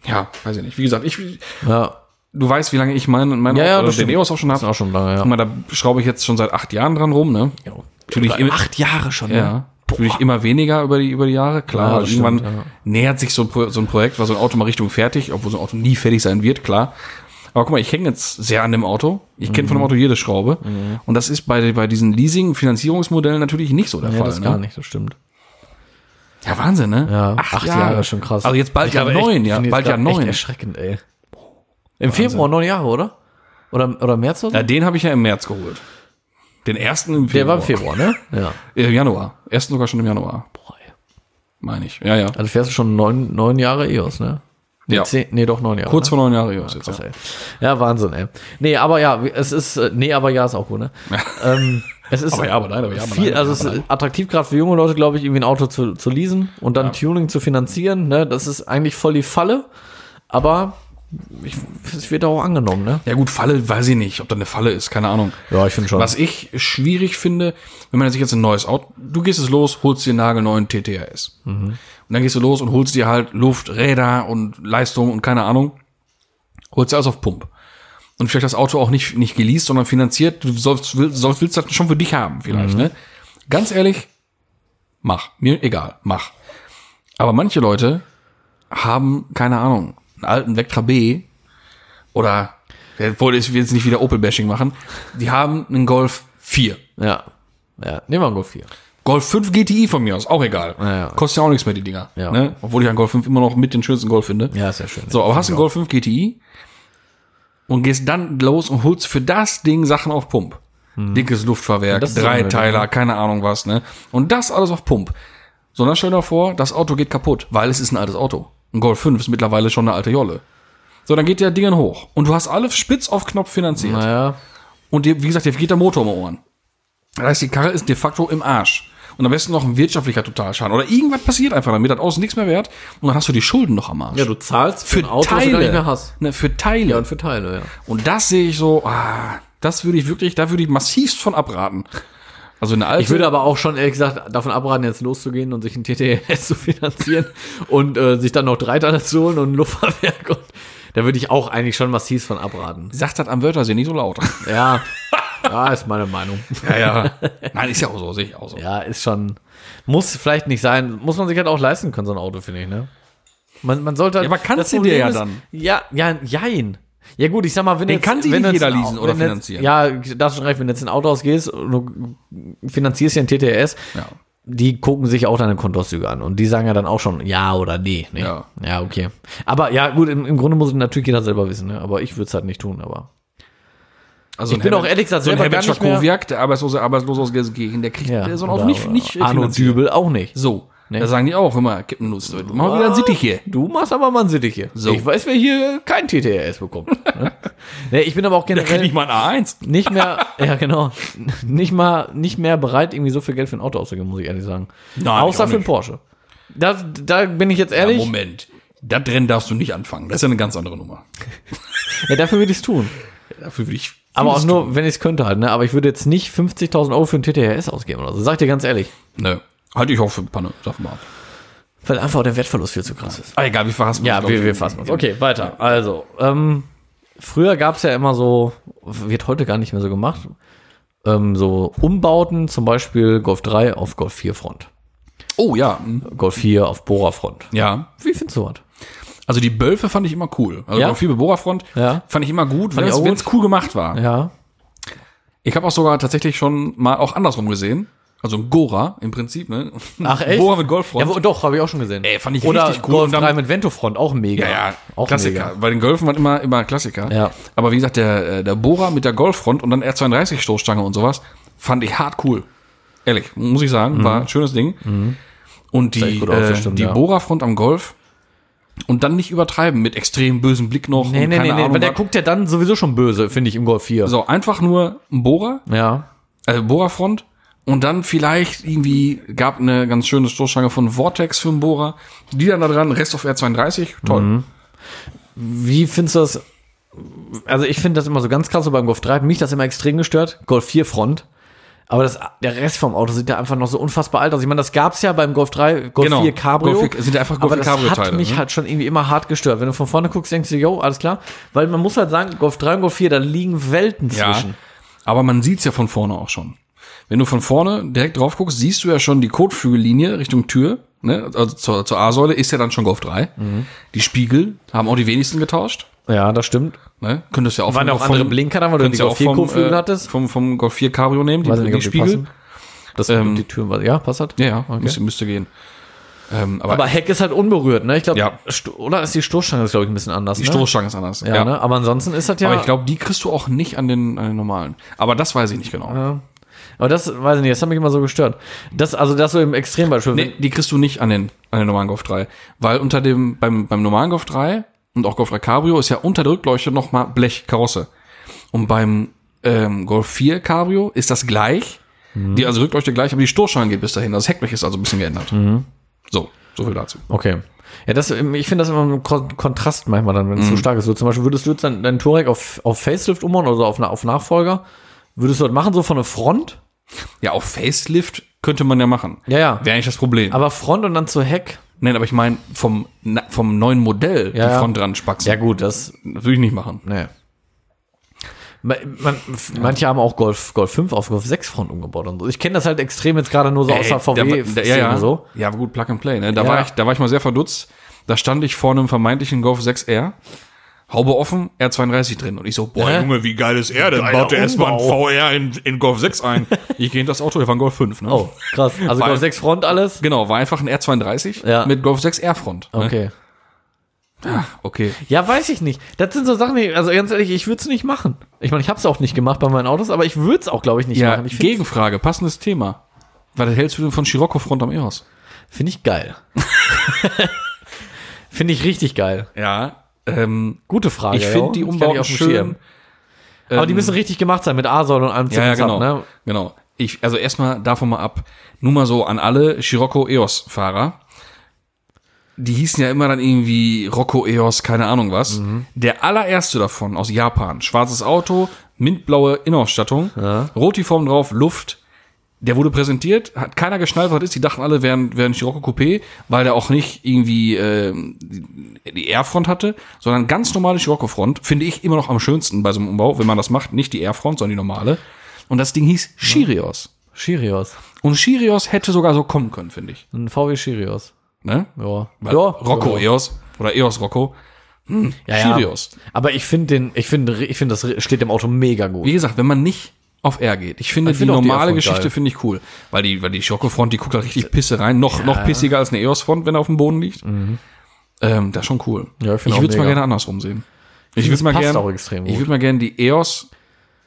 S1: ja, weiß ich nicht. Wie gesagt, ich,
S2: Ja.
S1: du weißt, wie lange ich meinen und meinen
S2: Ja, ja,
S1: oder
S2: das
S1: den
S2: stimmt.
S1: EOS auch schon
S2: Das ist
S1: habe.
S2: auch schon lange, ja.
S1: Guck mal, da schraube ich jetzt schon seit acht Jahren dran rum, ne?
S2: Ja.
S1: Natürlich
S2: Über
S1: immer-
S2: acht Jahre schon, ne?
S1: Ja. Natürlich immer weniger über die, über die Jahre, klar.
S2: Ja,
S1: also
S2: das stimmt,
S1: irgendwann
S2: ja.
S1: nähert sich so ein, Pro- so ein Projekt, war so ein Auto mal Richtung fertig, obwohl so ein Auto nie fertig sein wird, klar. Aber guck mal, ich hänge jetzt sehr an dem Auto. Ich kenne
S2: Mhm.
S1: von dem Auto jede Schraube. Und das ist bei, bei diesen Leasing-Finanzierungsmodellen natürlich nicht so der
S2: Nee,
S1: Fall.
S2: das ist
S1: ne?
S2: gar nicht, das stimmt.
S1: Ja, Wahnsinn, ne?
S2: Ja, acht Jahre, schon krass.
S1: Also jetzt bald
S2: Ich
S1: ja
S2: glaube echt,
S1: neun,
S2: ich
S1: ja.
S2: finde jetzt
S1: Bald ja
S2: gerade Echt
S1: neun.
S2: erschreckend, ey. Im Februar neun Jahre, oder? Oder, oder März oder so?
S1: Ja, den habe ich ja im März geholt. Den ersten im
S2: Der
S1: Februar.
S2: war im Februar, ne? Ja.
S1: Äh, Januar. Ersten sogar schon im Januar,
S2: Boah, ey.
S1: meine ich. Ja, ja.
S2: Also fährst du schon neun, neun Jahre EOS, ne?
S1: Ja.
S2: Zehn, nee, doch neun Jahre.
S1: Kurz
S2: ne?
S1: vor neun Jahren EOS jetzt.
S2: Krass,
S1: ja.
S2: ey. Ja, Wahnsinn, ey. Nee, aber ja, es ist, äh, nee, aber ja ist auch gut, ne? ähm, es ist
S1: Aber ja, aber nein, aber ja, aber
S2: viel,
S1: nein,
S2: also
S1: aber
S2: es ist attraktiv gerade für junge Leute, glaube ich, irgendwie ein Auto zu, zu leasen und dann Tuning zu finanzieren, ne? Das ist eigentlich voll die Falle, aber ich, es wird auch angenommen, ne?
S1: Ja gut, Falle, weiß ich nicht, ob da eine Falle ist, keine Ahnung.
S2: Ja, ich finde schon.
S1: Was ich schwierig finde, wenn man sich jetzt ein neues Auto, du gehst es los, holst dir einen nagelneuen TTRS. Und dann gehst du los und holst dir halt Luft, Räder und Leistung und keine Ahnung. Holst dir alles auf Pump. Und vielleicht das Auto auch nicht, nicht geleast, sondern finanziert. Du sollst, willst, sollst, willst das schon für dich haben, vielleicht, ne? Ganz ehrlich, mach. Mir egal, mach. Aber manche Leute haben, keine Ahnung, einen alten Vectra B oder, äh, der wollte ich will jetzt nicht wieder Opel-Bashing machen, die haben einen Golf 4.
S2: Ja. Ja, nehmen wir einen Golf 4.
S1: Golf 5 GTI von mir aus, auch egal.
S2: ja.
S1: Kostet ja auch nichts mehr, die Dinger.
S2: Ja.
S1: Ne? Obwohl ich einen Golf 5 immer noch mit den schönsten Golf finde.
S2: Ja, ist ja schön.
S1: So, aber hast einen Golf 5 GTI und gehst dann los und holst für das Ding Sachen auf Pump. Dickes Luftfahrwerk,
S2: Mhm. das ist
S1: Dreiteiler, keine Ahnung was, ne? Und das alles auf Pump. Sondern stell dir vor, das Auto geht kaputt, weil es ist ein altes Auto. Ein Golf 5 ist mittlerweile schon eine alte Jolle. So, dann geht der Dingern hoch. Und du hast alle spitz auf Knopf finanziert.
S2: Naja,
S1: Und dir, wie gesagt, dir geht der Motor um die Ohren. Das heißt, die Karre ist de facto im Arsch. Und am besten noch ein wirtschaftlicher Totalschaden. Oder irgendwas passiert einfach damit, hat außen nichts mehr wert. Und dann hast du die Schulden noch am Arsch.
S2: ja, du zahlst für, ein Auto, das du
S1: Teile.
S2: gar nicht mehr hast.
S1: Ne, für Teile.
S2: Und für Teile, ja.
S1: Und das sehe ich so, ah, das würde ich wirklich, da würde ich massivst von abraten. Also eine alte.
S2: Ich würde aber auch schon ehrlich gesagt davon abraten, jetzt loszugehen und sich ein TTS zu finanzieren und äh, sich dann noch Dreiteile zu holen und ein Luftfahrwerk. Und, da würde ich auch eigentlich schon massiv von abraten.
S1: sagt das am Wörthersee nicht so laut.
S2: Ja, ja ist meine Meinung.
S1: Ja, ja. Nein, ist ja auch so, sehe ich auch so.
S2: Ja, ist schon. Muss vielleicht nicht sein. Muss man sich halt auch leisten können, so ein Auto, finde ich, ne? Man, man sollte halt.
S1: Ja, aber kannst
S2: das
S1: du dir
S2: Problem
S1: ja
S2: ist-
S1: dann.
S2: Ja, ja, jein. Ja, gut, ich sag mal, wenn
S1: Den
S2: jetzt.
S1: kann sich
S2: wenn
S1: nicht
S2: du jetzt
S1: jeder
S2: ein Au-
S1: leasen oder
S2: wenn du
S1: finanzieren.
S2: Jetzt, ja, das schon recht, wenn du jetzt in ein Autohaus gehst und du finanzierst dir ein TTS,
S1: Ja.
S2: die gucken sich auch deine Kontoauszüge an und die sagen ja dann auch schon ja oder nee. Ne?
S1: Ja.
S2: ja, okay. Aber ja, gut, im, im Grunde muss natürlich jeder selber wissen, ne? aber ich würde es halt nicht tun, aber.
S1: Also ich
S2: bin auch ehrlich gesagt
S1: so ein
S2: selber
S1: Herbert
S2: gar nicht mehr-
S1: Schwakowiak, der arbeitslose, arbeitslose aus Gelsenkirchen, der kriegt
S2: Ja,
S1: so ein Auto
S2: oder-
S1: nicht, nicht äh,
S2: Arno
S1: finanziert.
S2: Dübel auch nicht.
S1: So.
S2: Nee.
S1: Da sagen die auch immer, Kippen Lust. Machen wir wieder ein Sittich hier.
S2: Du machst aber mal einen Sittich hier.
S1: So.
S2: Ich weiß, wer hier kein TTRS bekommt. ne? nee, ich bin aber auch
S1: Krieg
S2: generell
S1: ich mal ein A1.
S2: nicht mehr, ja genau, nicht mal, nicht mehr bereit, irgendwie so viel Geld für ein Auto auszugeben, muss ich ehrlich sagen.
S1: Nein, ich auch
S2: Außer für einen
S1: nicht.
S2: Porsche. Da, da bin ich jetzt ehrlich, ja,
S1: Moment. Das Rennen darfst du nicht anfangen. Das ist ja eine ganz andere Nummer.
S2: dafür würde ich es tun.
S1: Dafür würde ich.
S2: Aber auch
S1: vieles
S2: nur, wenn ich es könnte halt, ne? Aber ich würde jetzt nicht 50.000 Euro für ein TTRS ausgeben oder so. Sag dir ganz ehrlich.
S1: tun. Ne. Halte ich auch für Panne, sag mal.
S2: Weil einfach der Wertverlust viel zu krass ist.
S1: Ah, egal, wir verhassen uns,
S2: Ja,
S1: glaub ich.
S2: wir, wir fassen uns. Okay, weiter. Also, ähm, früher gab's ja immer so, wird heute gar nicht mehr so gemacht, ähm, so Umbauten, zum Beispiel Golf 3 auf Golf 4 Front.
S1: Oh ja. hm.
S2: Golf 4 auf Bohrer Front.
S1: Ja.
S2: Wie findest du das?
S1: Also die Bölfe fand ich immer cool. Also
S2: Ja?
S1: auf viel Bohrerfront
S2: Ja.
S1: fand ich immer gut, wenn
S2: ich
S1: es
S2: auch
S1: wenn es cool gemacht war.
S2: Ja.
S1: Ich habe auch sogar tatsächlich schon mal auch andersrum gesehen. Also ein Gora im Prinzip, ne?
S2: Ach, echt?
S1: Bohrer mit Golffront.
S2: Ja, wo, doch, habe ich auch schon gesehen.
S1: Ey, fand ich
S2: Oder
S1: richtig cool.
S2: Golf
S1: Und dann-
S2: 3 mit Ventofront, auch mega.
S1: Ja, ja,
S2: auch
S1: Klassiker.
S2: mega.
S1: Bei den Golfen waren immer, immer Klassiker.
S2: Ja.
S1: Aber wie gesagt, der, äh, der Bohrer mit der Golffront und dann R32-Stoßstange und sowas, fand ich hart cool. Ehrlich, muss ich sagen, war ein schönes Ding. Und die,
S2: Mhm. echt gut
S1: äh,
S2: ausgestimmt,
S1: die
S2: ja.
S1: Bohrerfront am Golf und dann nicht übertreiben mit extrem bösem Blick noch.
S2: Nee,
S1: und
S2: nee, nee,
S1: keine
S2: nee,
S1: Ahnung,
S2: weil der
S1: was.
S2: guckt ja dann sowieso schon böse, finde ich, im Golf 4.
S1: So, einfach nur ein Bohrer,
S2: Ja.
S1: äh, Bohrerfront und dann vielleicht irgendwie gab eine ganz schöne Stoßstange von Vortex für einen Bohrer. Die dann da dran, Rest auf R32, toll.
S2: Mhm. Wie findest du das? Also ich finde das immer so ganz krass, so beim Golf 3 hat mich das immer extrem gestört. Golf 4 Front. Aber das, der Rest vom Auto sieht ja einfach noch so unfassbar alt aus. Ich meine, das gab's ja beim Golf 3, Golf
S1: Genau.
S2: 4 Cabrio.
S1: Golf 4 sind ja einfach Golf 4
S2: aber das hat
S1: Cabrio-Teile,
S2: mich
S1: ne?
S2: halt schon irgendwie immer hart gestört. Wenn du von vorne guckst, denkst du, yo, alles klar. Weil man muss halt sagen, Golf 3 und Golf 4, da liegen Welten zwischen.
S1: Aber man sieht's ja von vorne auch schon. Wenn du von vorne direkt drauf guckst, siehst du ja schon die Kotflügellinie Richtung Tür. Ne? Also zur, zur A-Säule ist ja dann schon Golf 3.
S2: Mhm.
S1: Die Spiegel haben auch die wenigsten getauscht.
S2: Ja, das stimmt.
S1: Ne? Könntest ja auch,
S2: Waren ja auch andere Blinker dann, weil du
S1: könntest
S2: die
S1: ja auch
S2: Golf 4
S1: vom,
S2: Kotflügel
S1: äh,
S2: hattest?
S1: Vom, vom Golf 4 Cabrio nehmen, die,
S2: Weiß nicht,
S1: die
S2: ob die
S1: Spiegel. Ähm.
S2: passen. Das die Türen, war- ja, passt halt.
S1: Ja, ja, müsste, müsste gehen. Ähm, aber,
S2: Aber Heck ist halt unberührt, ne? Ich glaube,
S1: Ja.
S2: oder ist die Stoßstange, ist, glaube ich, ein bisschen anders.
S1: die Stoßstange ist anders.
S2: ne? Ja, Ne? Aber ansonsten ist das ja.
S1: Aber ich glaube, die kriegst du auch nicht an den, an den normalen. Aber das weiß ich nicht genau.
S2: aber das weiß ich nicht, das hat mich immer so gestört. Das, also das so im Extrembeispiel.
S1: Nee, die kriegst du nicht an den, an den normalen Golf 3. Weil unter dem, beim, beim normalen Golf 3 und auch Golf 3 Cabrio ist ja unter der Rückleuchte nochmal Blechkarosse. Und beim ähm, Golf 4 Cabrio ist das gleich.
S2: Mhm.
S1: Die, also Rückleuchte gleich, aber die Stoßstange geht bis dahin. Das Heckblech ist also ein bisschen geändert.
S2: Mhm.
S1: So, so viel dazu.
S2: Okay. Ja, das, ich finde das immer im Kon- Kontrast manchmal dann, wenn es
S1: Mhm.
S2: zu stark ist. So zum Beispiel würdest du jetzt deinen, deinen Touareg auf, auf Facelift umbauen oder so auf, na- auf Nachfolger, würdest du das machen, so von der Front?
S1: Ja, auch Facelift könnte man ja machen.
S2: Ja, ja.
S1: Wäre eigentlich das Problem.
S2: Aber Front und dann zur Heck?
S1: Nein, aber ich meine, vom, na- vom neuen Modell
S2: Ja,
S1: die
S2: ja.
S1: Front dran spaxen.
S2: gut, das,
S1: Das würde ich nicht machen.
S2: ne. Man, man, Manche haben auch Golf, Golf 5 auf Golf 6 Front umgebaut und so. Ich kenne das halt extrem jetzt gerade nur so aus
S1: Ey,
S2: der VW
S1: da, da, ja, ja.
S2: so.
S1: ja, aber gut, Plug and Play. Ne? Da,
S2: Ja.
S1: war ich, da war ich mal sehr verdutzt. Da stand ich vor einem vermeintlichen Golf 6R, Haube offen, R32 drin. Und ich so, boah,
S2: Hä?
S1: Junge, wie geil ist er denn?
S2: Geiler
S1: Baut der erstmal ein
S2: Umbau.
S1: VR in, in Golf 6 ein. ich gehe in das Auto, der war ein Golf 5. Ne?
S2: Oh, krass. Also
S1: Weil-
S2: Golf 6 Front alles?
S1: Genau, war einfach ein R32
S2: Ja. Oh.
S1: mit Golf 6R Front. Ne?
S2: Okay.
S1: okay.
S2: Ja, weiß ich nicht. Das sind so Sachen, die- also ganz ehrlich, ich würde es nicht machen. Ich meine, ich habe es auch nicht gemacht bei meinen Autos, aber ich würde es auch, glaube ich, nicht
S1: Ja,
S2: machen. Ich finde
S1: Gegenfrage, passendes Thema. Was hältst du denn von Scirocco Front am Eros?
S2: find ich geil. finde ich richtig geil.
S1: Ja. Ähm,
S2: Gute Frage.
S1: ich
S2: ja.
S1: finde die
S2: Kann ich
S1: Umbauten
S2: auf dem
S1: schön. Ähm,
S2: Schirm. Aber die müssen richtig gemacht sein mit A-Säule und allem
S1: Ja, ja,
S2: Zip und
S1: genau.
S2: Zap, ne?
S1: Genau. Ich, also erstmal davon mal ab. Nur mal so an alle Scirocco EOS Fahrer. Die hießen ja immer dann irgendwie Rocco EOS, keine Ahnung was.
S2: Mhm.
S1: Der allererste davon aus Japan, schwarzes Auto, mintblaue Innenausstattung, Rotiform drauf, Luft. Der wurde präsentiert, hat keiner geschnallt, was das ist. Die dachten alle, wären wären Scirocco Coupé, weil der auch nicht irgendwie ähm, die die R-Front hatte, sondern ganz normale Scirocco-Front finde ich immer noch am schönsten bei so einem Umbau, wenn man das macht. Nicht die R-Front, sondern die normale. Und das Ding hieß Chirios.
S2: Schirios.
S1: Und Chirios hätte sogar so kommen können, finde ich.
S2: Ein VW Schirios.
S1: Ne?
S2: Ja.
S1: Weil Rocco
S2: ja.
S1: Eos oder Eos Rocco.
S2: Ja, ja.
S1: Schirios.
S2: Aber ich finde den, ich finde, ich finde, das steht dem Auto mega gut.
S1: Wie gesagt, wenn man nicht auf R geht. Ich finde
S2: Ich
S1: die
S2: finde auch die
S1: normale
S2: R-Front geil. Äh,
S1: Geschichte finde ich cool, weil die weil die Scirocco Front, die guckt da richtig Pisse rein, noch noch pissiger als eine Eos Front, wenn er auf dem Boden liegt. Ähm, das ist schon cool.
S2: Mhm. Ja, ich
S1: ich
S2: finde auch
S1: würde es mal
S2: mega.
S1: gerne andersrum sehen. Ich
S2: finde,
S1: würde mal
S2: das passt
S1: gerne
S2: auch extrem
S1: ich
S2: gut.
S1: würde mal gerne die Eos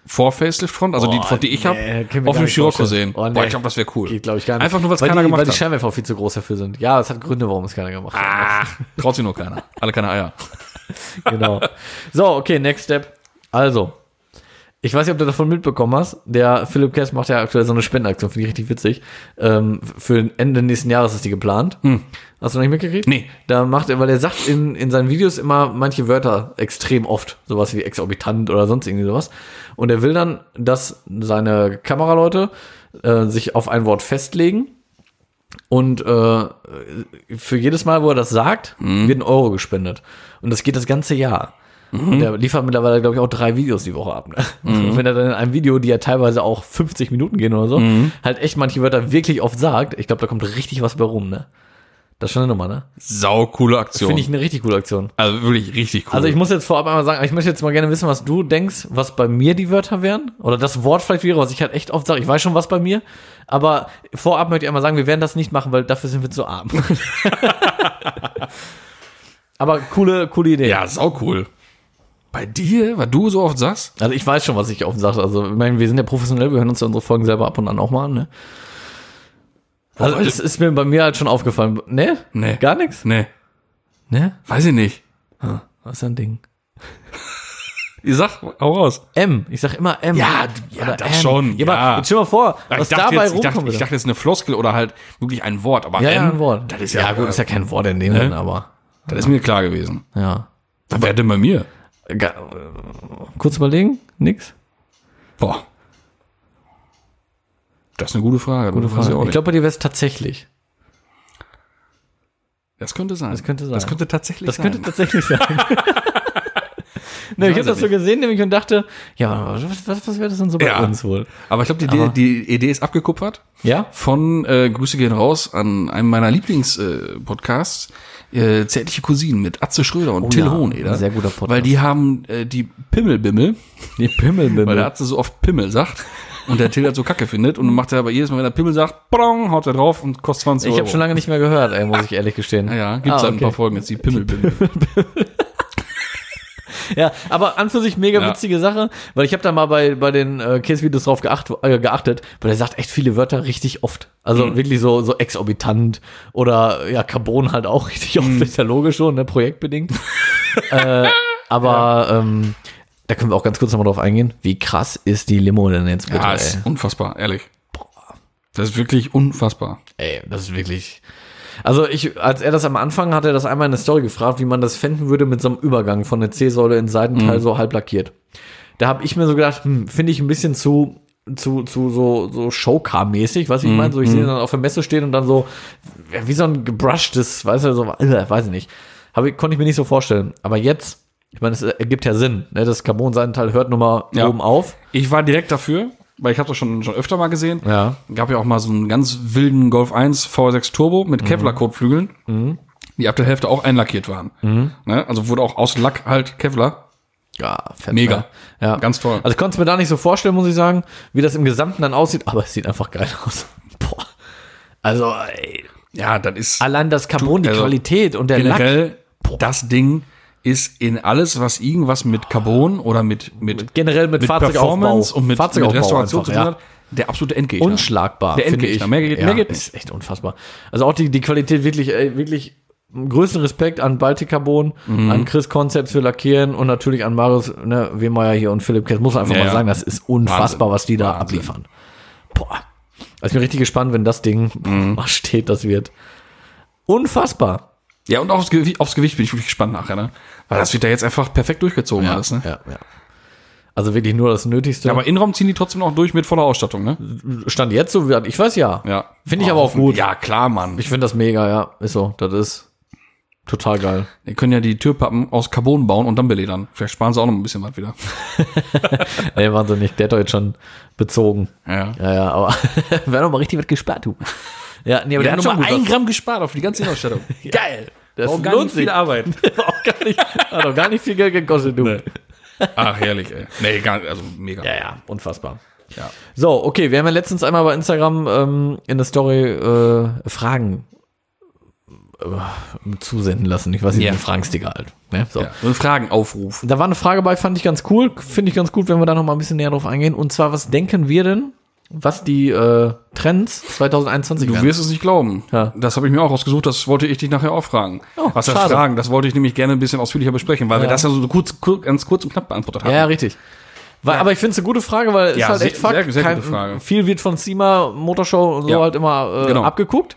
S1: vor Facelift Front, also die
S2: Boah,
S1: Front, die ich
S2: nee,
S1: habe,
S2: können wir
S1: auf
S2: gar
S1: dem
S2: nicht
S1: Scirocco
S2: vorstellen.
S1: sehen.
S2: Oh,
S1: Boah,
S2: nee.
S1: ich glaube, das wäre cool.
S2: Geht, glaube ich, gar nicht.
S1: Einfach nur, was
S2: weil
S1: keiner
S2: die, Weil
S1: gemacht
S2: die
S1: hat.
S2: Scheinwerfer auch viel zu groß dafür sind. Ja, es hat Gründe, warum es keiner gemacht hat.
S1: Ah, traut sich nur keiner. Alle keine Eier.
S2: genau. So, okay, next step. Also, ich weiß nicht, ob du davon mitbekommen hast. Der Philipp Kess macht ja aktuell so eine Spendenaktion, finde ich richtig witzig. Ähm, für Ende nächsten Jahres ist die geplant. Hast du noch nicht mitgekriegt?
S1: Nee.
S2: Da macht er, weil er sagt in, in seinen Videos immer manche Wörter extrem oft. Sowas wie exorbitant oder sonst irgendwie sowas. Und er will dann, dass seine Kameraleute äh, sich auf ein Wort festlegen. Und äh, für jedes Mal, wo er das sagt, wird ein Euro gespendet. Und das geht das ganze Jahr. Und er liefert mittlerweile, glaube ich, auch drei Videos die Woche ab. Ne? Und wenn er dann in einem Video, die ja teilweise auch 50 Minuten gehen oder so, halt echt manche Wörter wirklich oft sagt, ich glaube, da kommt richtig was bei rum. Ne? Das ist schon eine Nummer, ne?
S1: Sau coole Aktion.
S2: Finde ich eine richtig coole Aktion.
S1: also wirklich richtig cool.
S2: Also ich muss jetzt vorab einmal sagen, ich möchte jetzt mal gerne wissen, was du denkst, was bei mir die Wörter wären. Oder das Wort vielleicht wäre, was ich halt echt oft sage. Ich weiß schon was bei mir. Aber vorab möchte ich einmal sagen, wir werden das nicht machen, weil dafür sind wir zu arm. aber coole, coole Idee.
S1: ja, sau cool. Bei dir, weil du so oft sagst,
S2: Also ich weiß schon, was ich oft sage. Also ich meine, wir sind ja professionell, wir hören uns ja unsere Folgen selber ab und an auch mal an. Ne? Also
S1: weiß
S2: es ist mir bei mir halt schon aufgefallen. Ne?
S1: Nee.
S2: Gar nichts?
S1: nee,
S2: Ne?
S1: weiß ich nicht.
S2: Was ist ein Ding?
S1: Ich sag, hau raus.
S2: M. Ich sag immer M.
S1: Ja, ja,
S2: Oder
S1: das
S2: M.
S1: schon,
S2: Ja, aber
S1: ja.
S2: jetzt stell dir mal vor, was
S1: ich, dachte
S2: dabei
S1: jetzt, ich, dachte,
S2: rumkommt.
S1: ich dachte, das ist eine Floskel oder halt wirklich ein Wort. Aber
S2: ja,
S1: M,
S2: ja, ein Wort.
S1: Das ist ja,
S2: gut, ist ja kein Wort in dem Sinne, aber
S1: das ist mir klar gewesen.
S2: ja.
S1: Was wäre denn bei mir?
S2: Ga- Kurz überlegen, nix.
S1: Boah. Das ist eine gute Frage. Gute
S2: Also, Ich, glaube, bei dir wäre es tatsächlich.
S1: das könnte sein. Das
S2: könnte sein.
S1: Das könnte tatsächlich
S2: Das
S1: sein.
S2: könnte tatsächlich sein.
S1: weiß
S2: ne, ich habe das
S1: es
S2: so gesehen nämlich und dachte, ja, was, was, was wäre das denn so bei
S1: Ja.
S2: uns wohl?
S1: Aber ich glaube, die, Idee- die Idee ist abgekuppert
S2: Ja?
S1: von äh, Grüße gehen raus an einem meiner Lieblingspodcasts, äh, Podcasts, äh, Zärtliche Cousinen mit Atze Schröder und Till
S2: Oh ja,
S1: Hohneder.
S2: ein sehr guter Podcast.
S1: Weil die haben äh, die Pimmelbimmel,
S2: Die Pimmelbimmel.
S1: weil der Atze so oft Pimmel sagt und der Till das so kacke findet und dann macht er aber jedes Mal, wenn er Pimmel sagt, prong, haut er drauf und kostet 20
S2: ich
S1: Euro.
S2: habe schon lange nicht mehr gehört, ey, muss ich ehrlich gestehen.
S1: Ah. ja, gibt's
S2: ah,
S1: da ein paar
S2: okay.
S1: Folgen jetzt, die Pimmelbimmel.
S2: Ja, aber an für sich mega
S1: Ja.
S2: witzige Sache, weil ich habe da mal bei, bei den äh, Case-Videos drauf geacht, äh, geachtet, weil er sagt echt viele Wörter richtig oft. Also wirklich so, so exorbitant oder ja, Carbon halt auch richtig oft, ist ja logisch schon, ne, projektbedingt. äh, aber ähm, da können wir auch ganz kurz nochmal drauf eingehen. Wie krass ist die Limo denn jetzt bitte?
S1: Ja,
S2: ey?
S1: ist unfassbar, ehrlich. Das ist wirklich unfassbar.
S2: Ey, das ist wirklich. Also ich, als er das am Anfang hat er das einmal in der Story gefragt, wie man das fänden würde mit so einem Übergang von der C-Säule in den Seitenteil so halb lackiert. Da habe ich mir so gedacht, hm, finde ich ein bisschen zu zu, zu so, so Showcar-mäßig, weißt du, wie ich meine? So, ich sehe ihn dann auf der Messe stehen und dann so, ja, wie so ein gebrushtes, weißt du, so, äh, weiß ich nicht. Hab ich, konnte ich mir nicht so vorstellen. Aber jetzt, ich meine, es ergibt ja Sinn, ne? Das Carbon-Seitenteil hört nun mal
S1: Ja.
S2: oben auf.
S1: Ich war direkt dafür, weil ich habe das schon, schon öfter mal gesehen.
S2: Ja.
S1: Gab ja auch mal so einen ganz wilden Golf 1 V6 Turbo
S2: Mhm.
S1: mit Kevlar-Kotflügeln, die ab der Hälfte auch einlackiert waren.
S2: Mhm.
S1: Ne? Also wurde auch aus Lack halt Kevlar.
S2: Ja, fett,
S1: Mega.
S2: ne? Ja.
S1: Ganz toll.
S2: Also ich konnte es mir da nicht so vorstellen, muss ich sagen, wie das im Gesamten dann aussieht, aber es sieht einfach geil aus. Boah. Also ey,
S1: Ja, das ist
S2: allein das Carbon, die
S1: also
S2: Qualität und der Lack.
S1: generell das Ding ist in alles, was irgendwas mit Carbon oder mit, mit,
S2: Generell mit, Fahrzeugaufbau.
S1: Performance und mit, mit
S2: Fahrzeugaufbau
S1: Restauration zu
S2: einfach,
S1: tun
S2: ja.
S1: hat, der absolute Endgegner.
S2: Unschlagbar.
S1: Der
S2: finde
S1: Endgegner.
S2: ich.
S1: Mehr geht-
S2: ja,
S1: mehr geht
S2: Ist echt unfassbar. Also auch die, die Qualität wirklich, ey, wirklich größten Respekt an Baltic Carbon,
S1: Mhm.
S2: an Chris Concepts für Lackieren und natürlich an Marius ne, Wehmeier hier und Philipp Kess. Muss man einfach
S1: Ja,
S2: mal
S1: ja.
S2: sagen, das ist unfassbar,
S1: Wahnsinn.
S2: was die da
S1: Wahnsinn.
S2: abliefern. Boah. Also ich bin richtig gespannt, wenn das Ding
S1: Mhm.
S2: mal steht, das wird unfassbar.
S1: Ja, und aufs, Gewi aufs Gewicht bin ich wirklich gespannt nachher, ne? Weil das wird da jetzt einfach perfekt durchgezogen alles, ne?
S2: ja, ja. Also wirklich nur das Nötigste.
S1: Aber Innenraum ziehen die trotzdem noch durch mit voller Ausstattung, ne?
S2: Stand jetzt so, wie- ich weiß ja.
S1: Ja. Oh,
S2: Finde ich aber auch gut.
S1: Ja, klar, Mann.
S2: Ich finde das mega, ja. Ist so, das ist total geil.
S1: Die können ja die Türpappen aus Carbon bauen und dann beledern. Vielleicht sparen sie auch noch ein bisschen was wieder.
S2: Ey, wahnsinnig, der hat doch jetzt schon bezogen.
S1: Ja.
S2: Ja, ja, aber wäre noch mal richtig was gespart, du. Ja, nee,
S1: Wir
S2: aber der
S1: haben
S2: hat
S1: nur
S2: schon
S1: mal ein
S2: Gramm.
S1: Gramm gespart auf die ganze Innenausstattung. Geil.
S2: Das
S1: Braucht gar
S2: lohnt
S1: nicht
S2: sich.
S1: viel Arbeit.
S2: auch gar nicht, hat doch gar nicht viel Geld gekostet, du.
S1: Ach, herrlich, ey. Nee, gar also mega.
S2: Ja, ja, unfassbar.
S1: Ja.
S2: So, okay, wir haben ja letztens einmal bei Instagram ähm, in der Story äh, Fragen äh, zusenden lassen. Ich weiß nicht,
S1: Ja.
S2: yeah. Fragensticker halt. Ne? So.
S1: Ja. So ein Fragenaufruf.
S2: Da war eine Frage bei, fand ich ganz cool. Finde ich ganz gut, wenn wir da noch mal ein bisschen näher drauf eingehen. Und zwar, was denken wir denn, was die äh, Trends 2021
S1: Du
S2: werden?
S1: wirst es nicht glauben.
S2: Ja.
S1: Das habe ich mir auch rausgesucht, das wollte ich dich nachher auch fragen.
S2: Oh,
S1: Was das
S2: schade.
S1: Fragen, das wollte ich nämlich gerne ein bisschen ausführlicher besprechen, weil wir
S2: Ja.
S1: das ja so kurz, kurz, ganz kurz und knapp beantwortet haben.
S2: Ja, ja, richtig. Weil, Aber ich finde es eine gute Frage, weil es
S1: Ja,
S2: ist halt
S1: sehr-
S2: echt Fakt.
S1: sehr- sehr gute Frage.
S2: Viel wird von SEMA, Motorshow und so
S1: Ja,
S2: halt immer äh,
S1: genau.
S2: abgeguckt.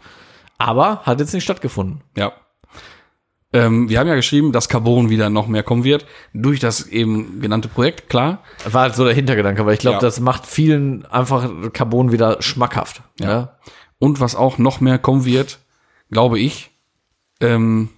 S2: Aber hat jetzt nicht stattgefunden.
S1: Ja. Ähm, wir haben ja geschrieben, dass Carbon wieder noch mehr kommen wird, durch das eben genannte Projekt, klar.
S2: War halt so der Hintergedanke, weil ich glaube,
S1: Ja.
S2: das macht vielen einfach Carbon wieder schmackhaft. ne? Ja.
S1: Und was auch noch mehr kommen wird, glaube ich, ähm,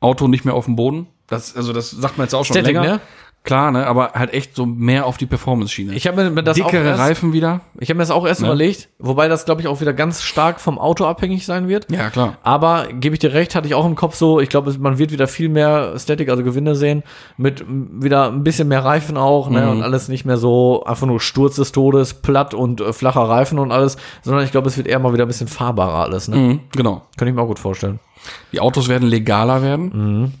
S1: Auto nicht mehr auf dem Boden. Das, also das sagt man jetzt auch schon
S2: Static,
S1: länger.
S2: ne?
S1: Klar, ne? aber halt echt so mehr auf die Performance-Schiene.
S2: Ich habe mir das auch
S1: Dickere
S2: erst,
S1: Reifen ne? wieder.
S2: Ich habe mir das auch erst überlegt, wobei das, glaube ich, auch wieder ganz stark vom Auto abhängig sein wird.
S1: Ja, klar.
S2: Aber gebe ich dir recht, hatte ich auch im Kopf so, ich glaube, es- man wird wieder viel mehr Static, also Gewinne sehen, mit m, wieder ein bisschen mehr Reifen auch,
S1: Mhm.
S2: ne, und alles nicht mehr so einfach nur Sturz des Todes, platt und äh, flacher Reifen und alles, sondern ich glaube, es wird eher mal wieder ein bisschen fahrbarer alles, ne?
S1: Mhm, genau.
S2: Könnte ich mir auch gut vorstellen.
S1: Die Autos werden legaler werden.
S2: Mhm.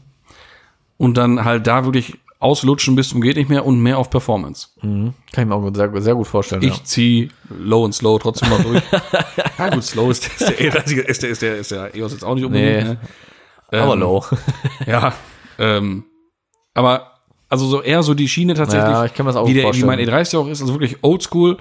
S1: Und dann halt da wirklich auslutschen bis zum geht nicht mehr und mehr auf Performance.
S2: Kann ich mir auch gut, sehr, sehr gut vorstellen.
S1: Ich zieh low und slow trotzdem mal durch. ja, gut, slow ist, ist, der, E ist, der, ist, der, ist der EOS jetzt auch nicht unbedingt.
S2: Nee.
S1: Ne?
S2: ja. Aber low.
S1: Ja. Ähm, aber also so eher so die Schiene tatsächlich,
S2: Ja, ich kann mir das auch
S1: wie, der, wie
S2: vorstellen.
S1: mein E30 auch ist, also wirklich oldschool,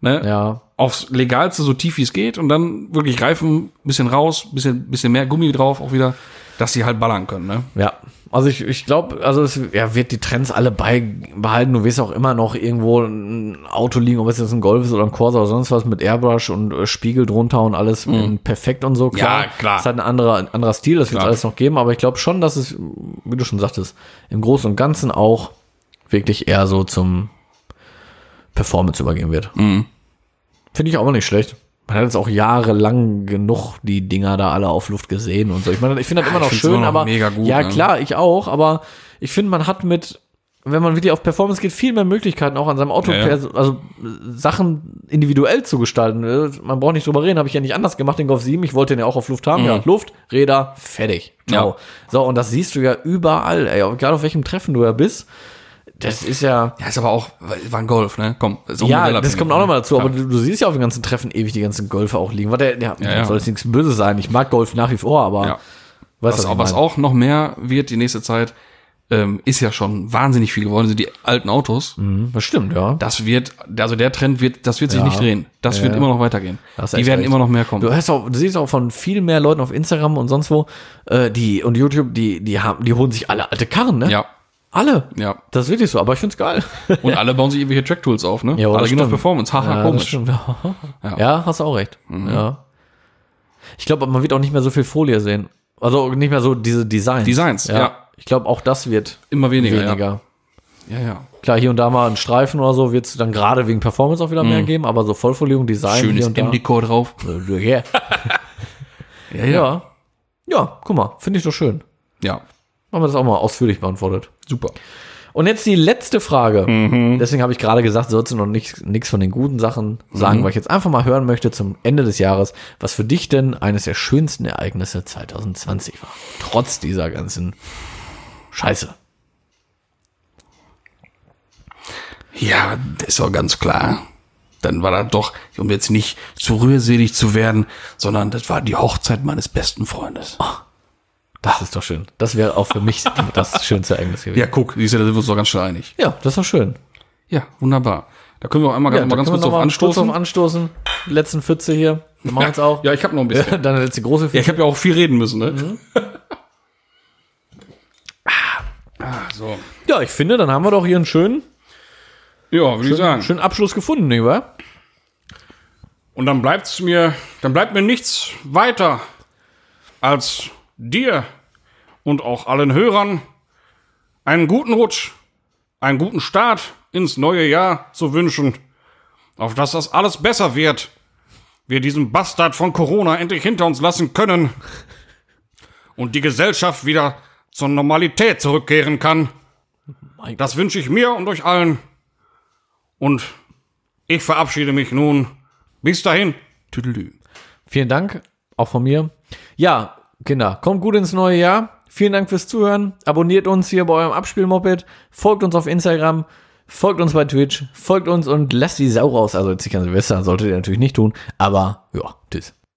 S1: ne?
S2: ja.
S1: Aufs Legalste, so tief wie es geht und dann wirklich Reifen, bisschen raus, bisschen, bisschen mehr Gummi drauf, auch wieder, dass sie halt ballern können, ne?
S2: Ja. Also ich, ich glaube, also es ja, wird die Trends alle beibehalten. Du wirst auch immer noch irgendwo ein Auto liegen, ob es jetzt ein Golf ist oder ein Corsa oder sonst was mit Airbrush und äh, Spiegel drunter und alles in perfekt und so. Klar,
S1: Mhm. Ja, klar.
S2: Ist halt ein anderer, ein anderer Stil, das wird
S1: Klar.
S2: alles noch geben. Aber ich glaube schon, dass es, wie du schon sagtest, im Großen und Ganzen auch wirklich eher so zum Performance übergehen wird.
S1: Mhm.
S2: Finde ich auch nicht schlecht. Man hat jetzt auch jahrelang genug die Dinger da alle auf Luft gesehen und so. Ich meine, ich finde das immer
S1: ich
S2: noch
S1: find's
S2: schön,
S1: immer noch
S2: aber
S1: mega gut,
S2: ja
S1: ne?
S2: klar, ich auch, aber ich finde, man hat mit, wenn man wirklich auf Performance geht, viel mehr Möglichkeiten auch an seinem Auto,
S1: Ja, ja.
S2: pers- also äh, Sachen individuell zu gestalten. Äh, Man braucht nicht drüber reden, habe ich ja nicht anders gemacht, den Golf 7, ich wollte den ja auch auf Luft haben, ja, Luft, Räder, fertig. Ciao.
S1: Mhm. Ja.
S2: So, und das siehst du ja überall, ey, egal auf welchem Treffen du ja bist. Das ist ja,
S1: Ja, ist aber auch, war ein Golf, ne? Komm, ist auch
S2: ja,
S1: modellabhängig,
S2: das kommt auch
S1: ne?
S2: nochmal dazu,
S1: Klar.
S2: aber du, du siehst ja auf den ganzen Treffen ewig die ganzen Golfer auch liegen. Was der, der
S1: Ja, ja.
S2: soll jetzt nichts Böses sein. Ich mag Golf nach wie vor, aber
S1: Ja.
S2: weißt
S1: Was,
S2: du,
S1: auch, was auch noch mehr wird die nächste Zeit, ähm, ist ja schon wahnsinnig viel geworden, sind die alten Autos.
S2: Das stimmt, ja.
S1: Das wird, also der Trend wird, das wird sich
S2: Mhm. Ja.
S1: nicht drehen. Das wird
S2: ja.
S1: immer noch weitergehen.
S2: hast
S1: Die
S2: echt
S1: werden
S2: recht.
S1: immer noch mehr kommen.
S2: Du, hörst auch, du siehst auch von viel mehr Leuten auf Instagram und sonst wo, äh, die und YouTube, die, die haben, die holen sich alle alte Karren, ne?
S1: Ja,
S2: Alle.
S1: ja.
S2: Das ist wirklich so, aber ich find's geil.
S1: Und alle bauen sich irgendwelche Track-Tools auf, ne?
S2: Ja,
S1: alle
S2: das
S1: gehen auf
S2: stimmt.
S1: Performance. Haha,
S2: Ja, das
S1: komisch. Mhm.
S2: stimmt. Ja. hast du auch recht. Ja. Ich glaube, man wird auch nicht mehr so viel Folie sehen. Also nicht mehr so diese Designs.
S1: Designs, ja.
S2: Ich glaube, auch das wird
S1: Immer weniger,
S2: weniger.
S1: ja. Ja, ja.
S2: Klar, hier und da mal ein Streifen oder so wird es dann gerade wegen Performance auch wieder mehr geben, aber so Vollfolierung, Design hier
S1: Schönes
S2: und da.
S1: MD-Core drauf.
S2: Äh, Yeah.
S1: Ja,
S2: ja. Ja, guck mal, finde ich doch schön.
S1: Ja,
S2: Haben wir das auch mal ausführlich beantwortet.
S1: super.
S2: Und jetzt die letzte Frage. Deswegen habe ich gerade gesagt, sollst du noch nichts von den guten Sachen sagen, weil ich jetzt einfach mal hören möchte zum Ende des Jahres, was für dich denn eines der schönsten Ereignisse 2020 war. Trotz dieser ganzen Scheiße.
S1: Ja, das ist doch ganz klar. Dann war das doch, um jetzt nicht zu rührselig zu werden, sondern das war die Hochzeit meines besten Freundes.
S2: Das ist doch schön. Das wäre auch für mich das schönste Ereignis gewesen.
S1: Ja, guck, siehst du, da sind wir uns doch ganz schnell einig.
S2: Ja, das ist doch schön.
S1: Ja, wunderbar. Da können wir auch einmal
S2: Ja,
S1: ganz- mal
S2: da
S1: ganz
S2: können
S1: kurz
S2: wir noch
S1: drauf
S2: mal
S1: anstoßen.
S2: Kurz auf anstoßen. Die letzten Pfütze hier. Wir machen jetzt auch.
S1: Ja, ich habe noch ein bisschen. Ja,
S2: Deine letzte große
S1: ich habe ja auch viel reden müssen, ne? ah, so.
S2: Ja, ich finde, dann haben wir doch hier einen schönen,
S1: Ja, würde ich sagen.
S2: schönen Abschluss gefunden, nicht wahr?
S1: Und dann bleibt's mir, dann bleibt mir nichts weiter als dir und auch allen Hörern einen guten Rutsch, einen guten Start ins neue Jahr zu wünschen, auf dass das alles besser wird, wir diesen Bastard von Corona endlich hinter uns lassen können und die Gesellschaft wieder zur Normalität zurückkehren kann.
S2: Mein
S1: Das wünsche ich mir und euch allen. Und ich verabschiede mich nun. Bis dahin. Tüdelü.
S2: Vielen Dank, auch von mir. Ja, Kinder, kommt gut ins neue Jahr. Vielen Dank fürs Zuhören. Abonniert uns hier bei eurem Abspielmoped. Folgt uns auf Instagram. Folgt uns bei Twitch. Folgt uns und lasst die Sau raus. Also jetzt nicht an Silvester, solltet ihr natürlich nicht tun. Aber ja, tschüss.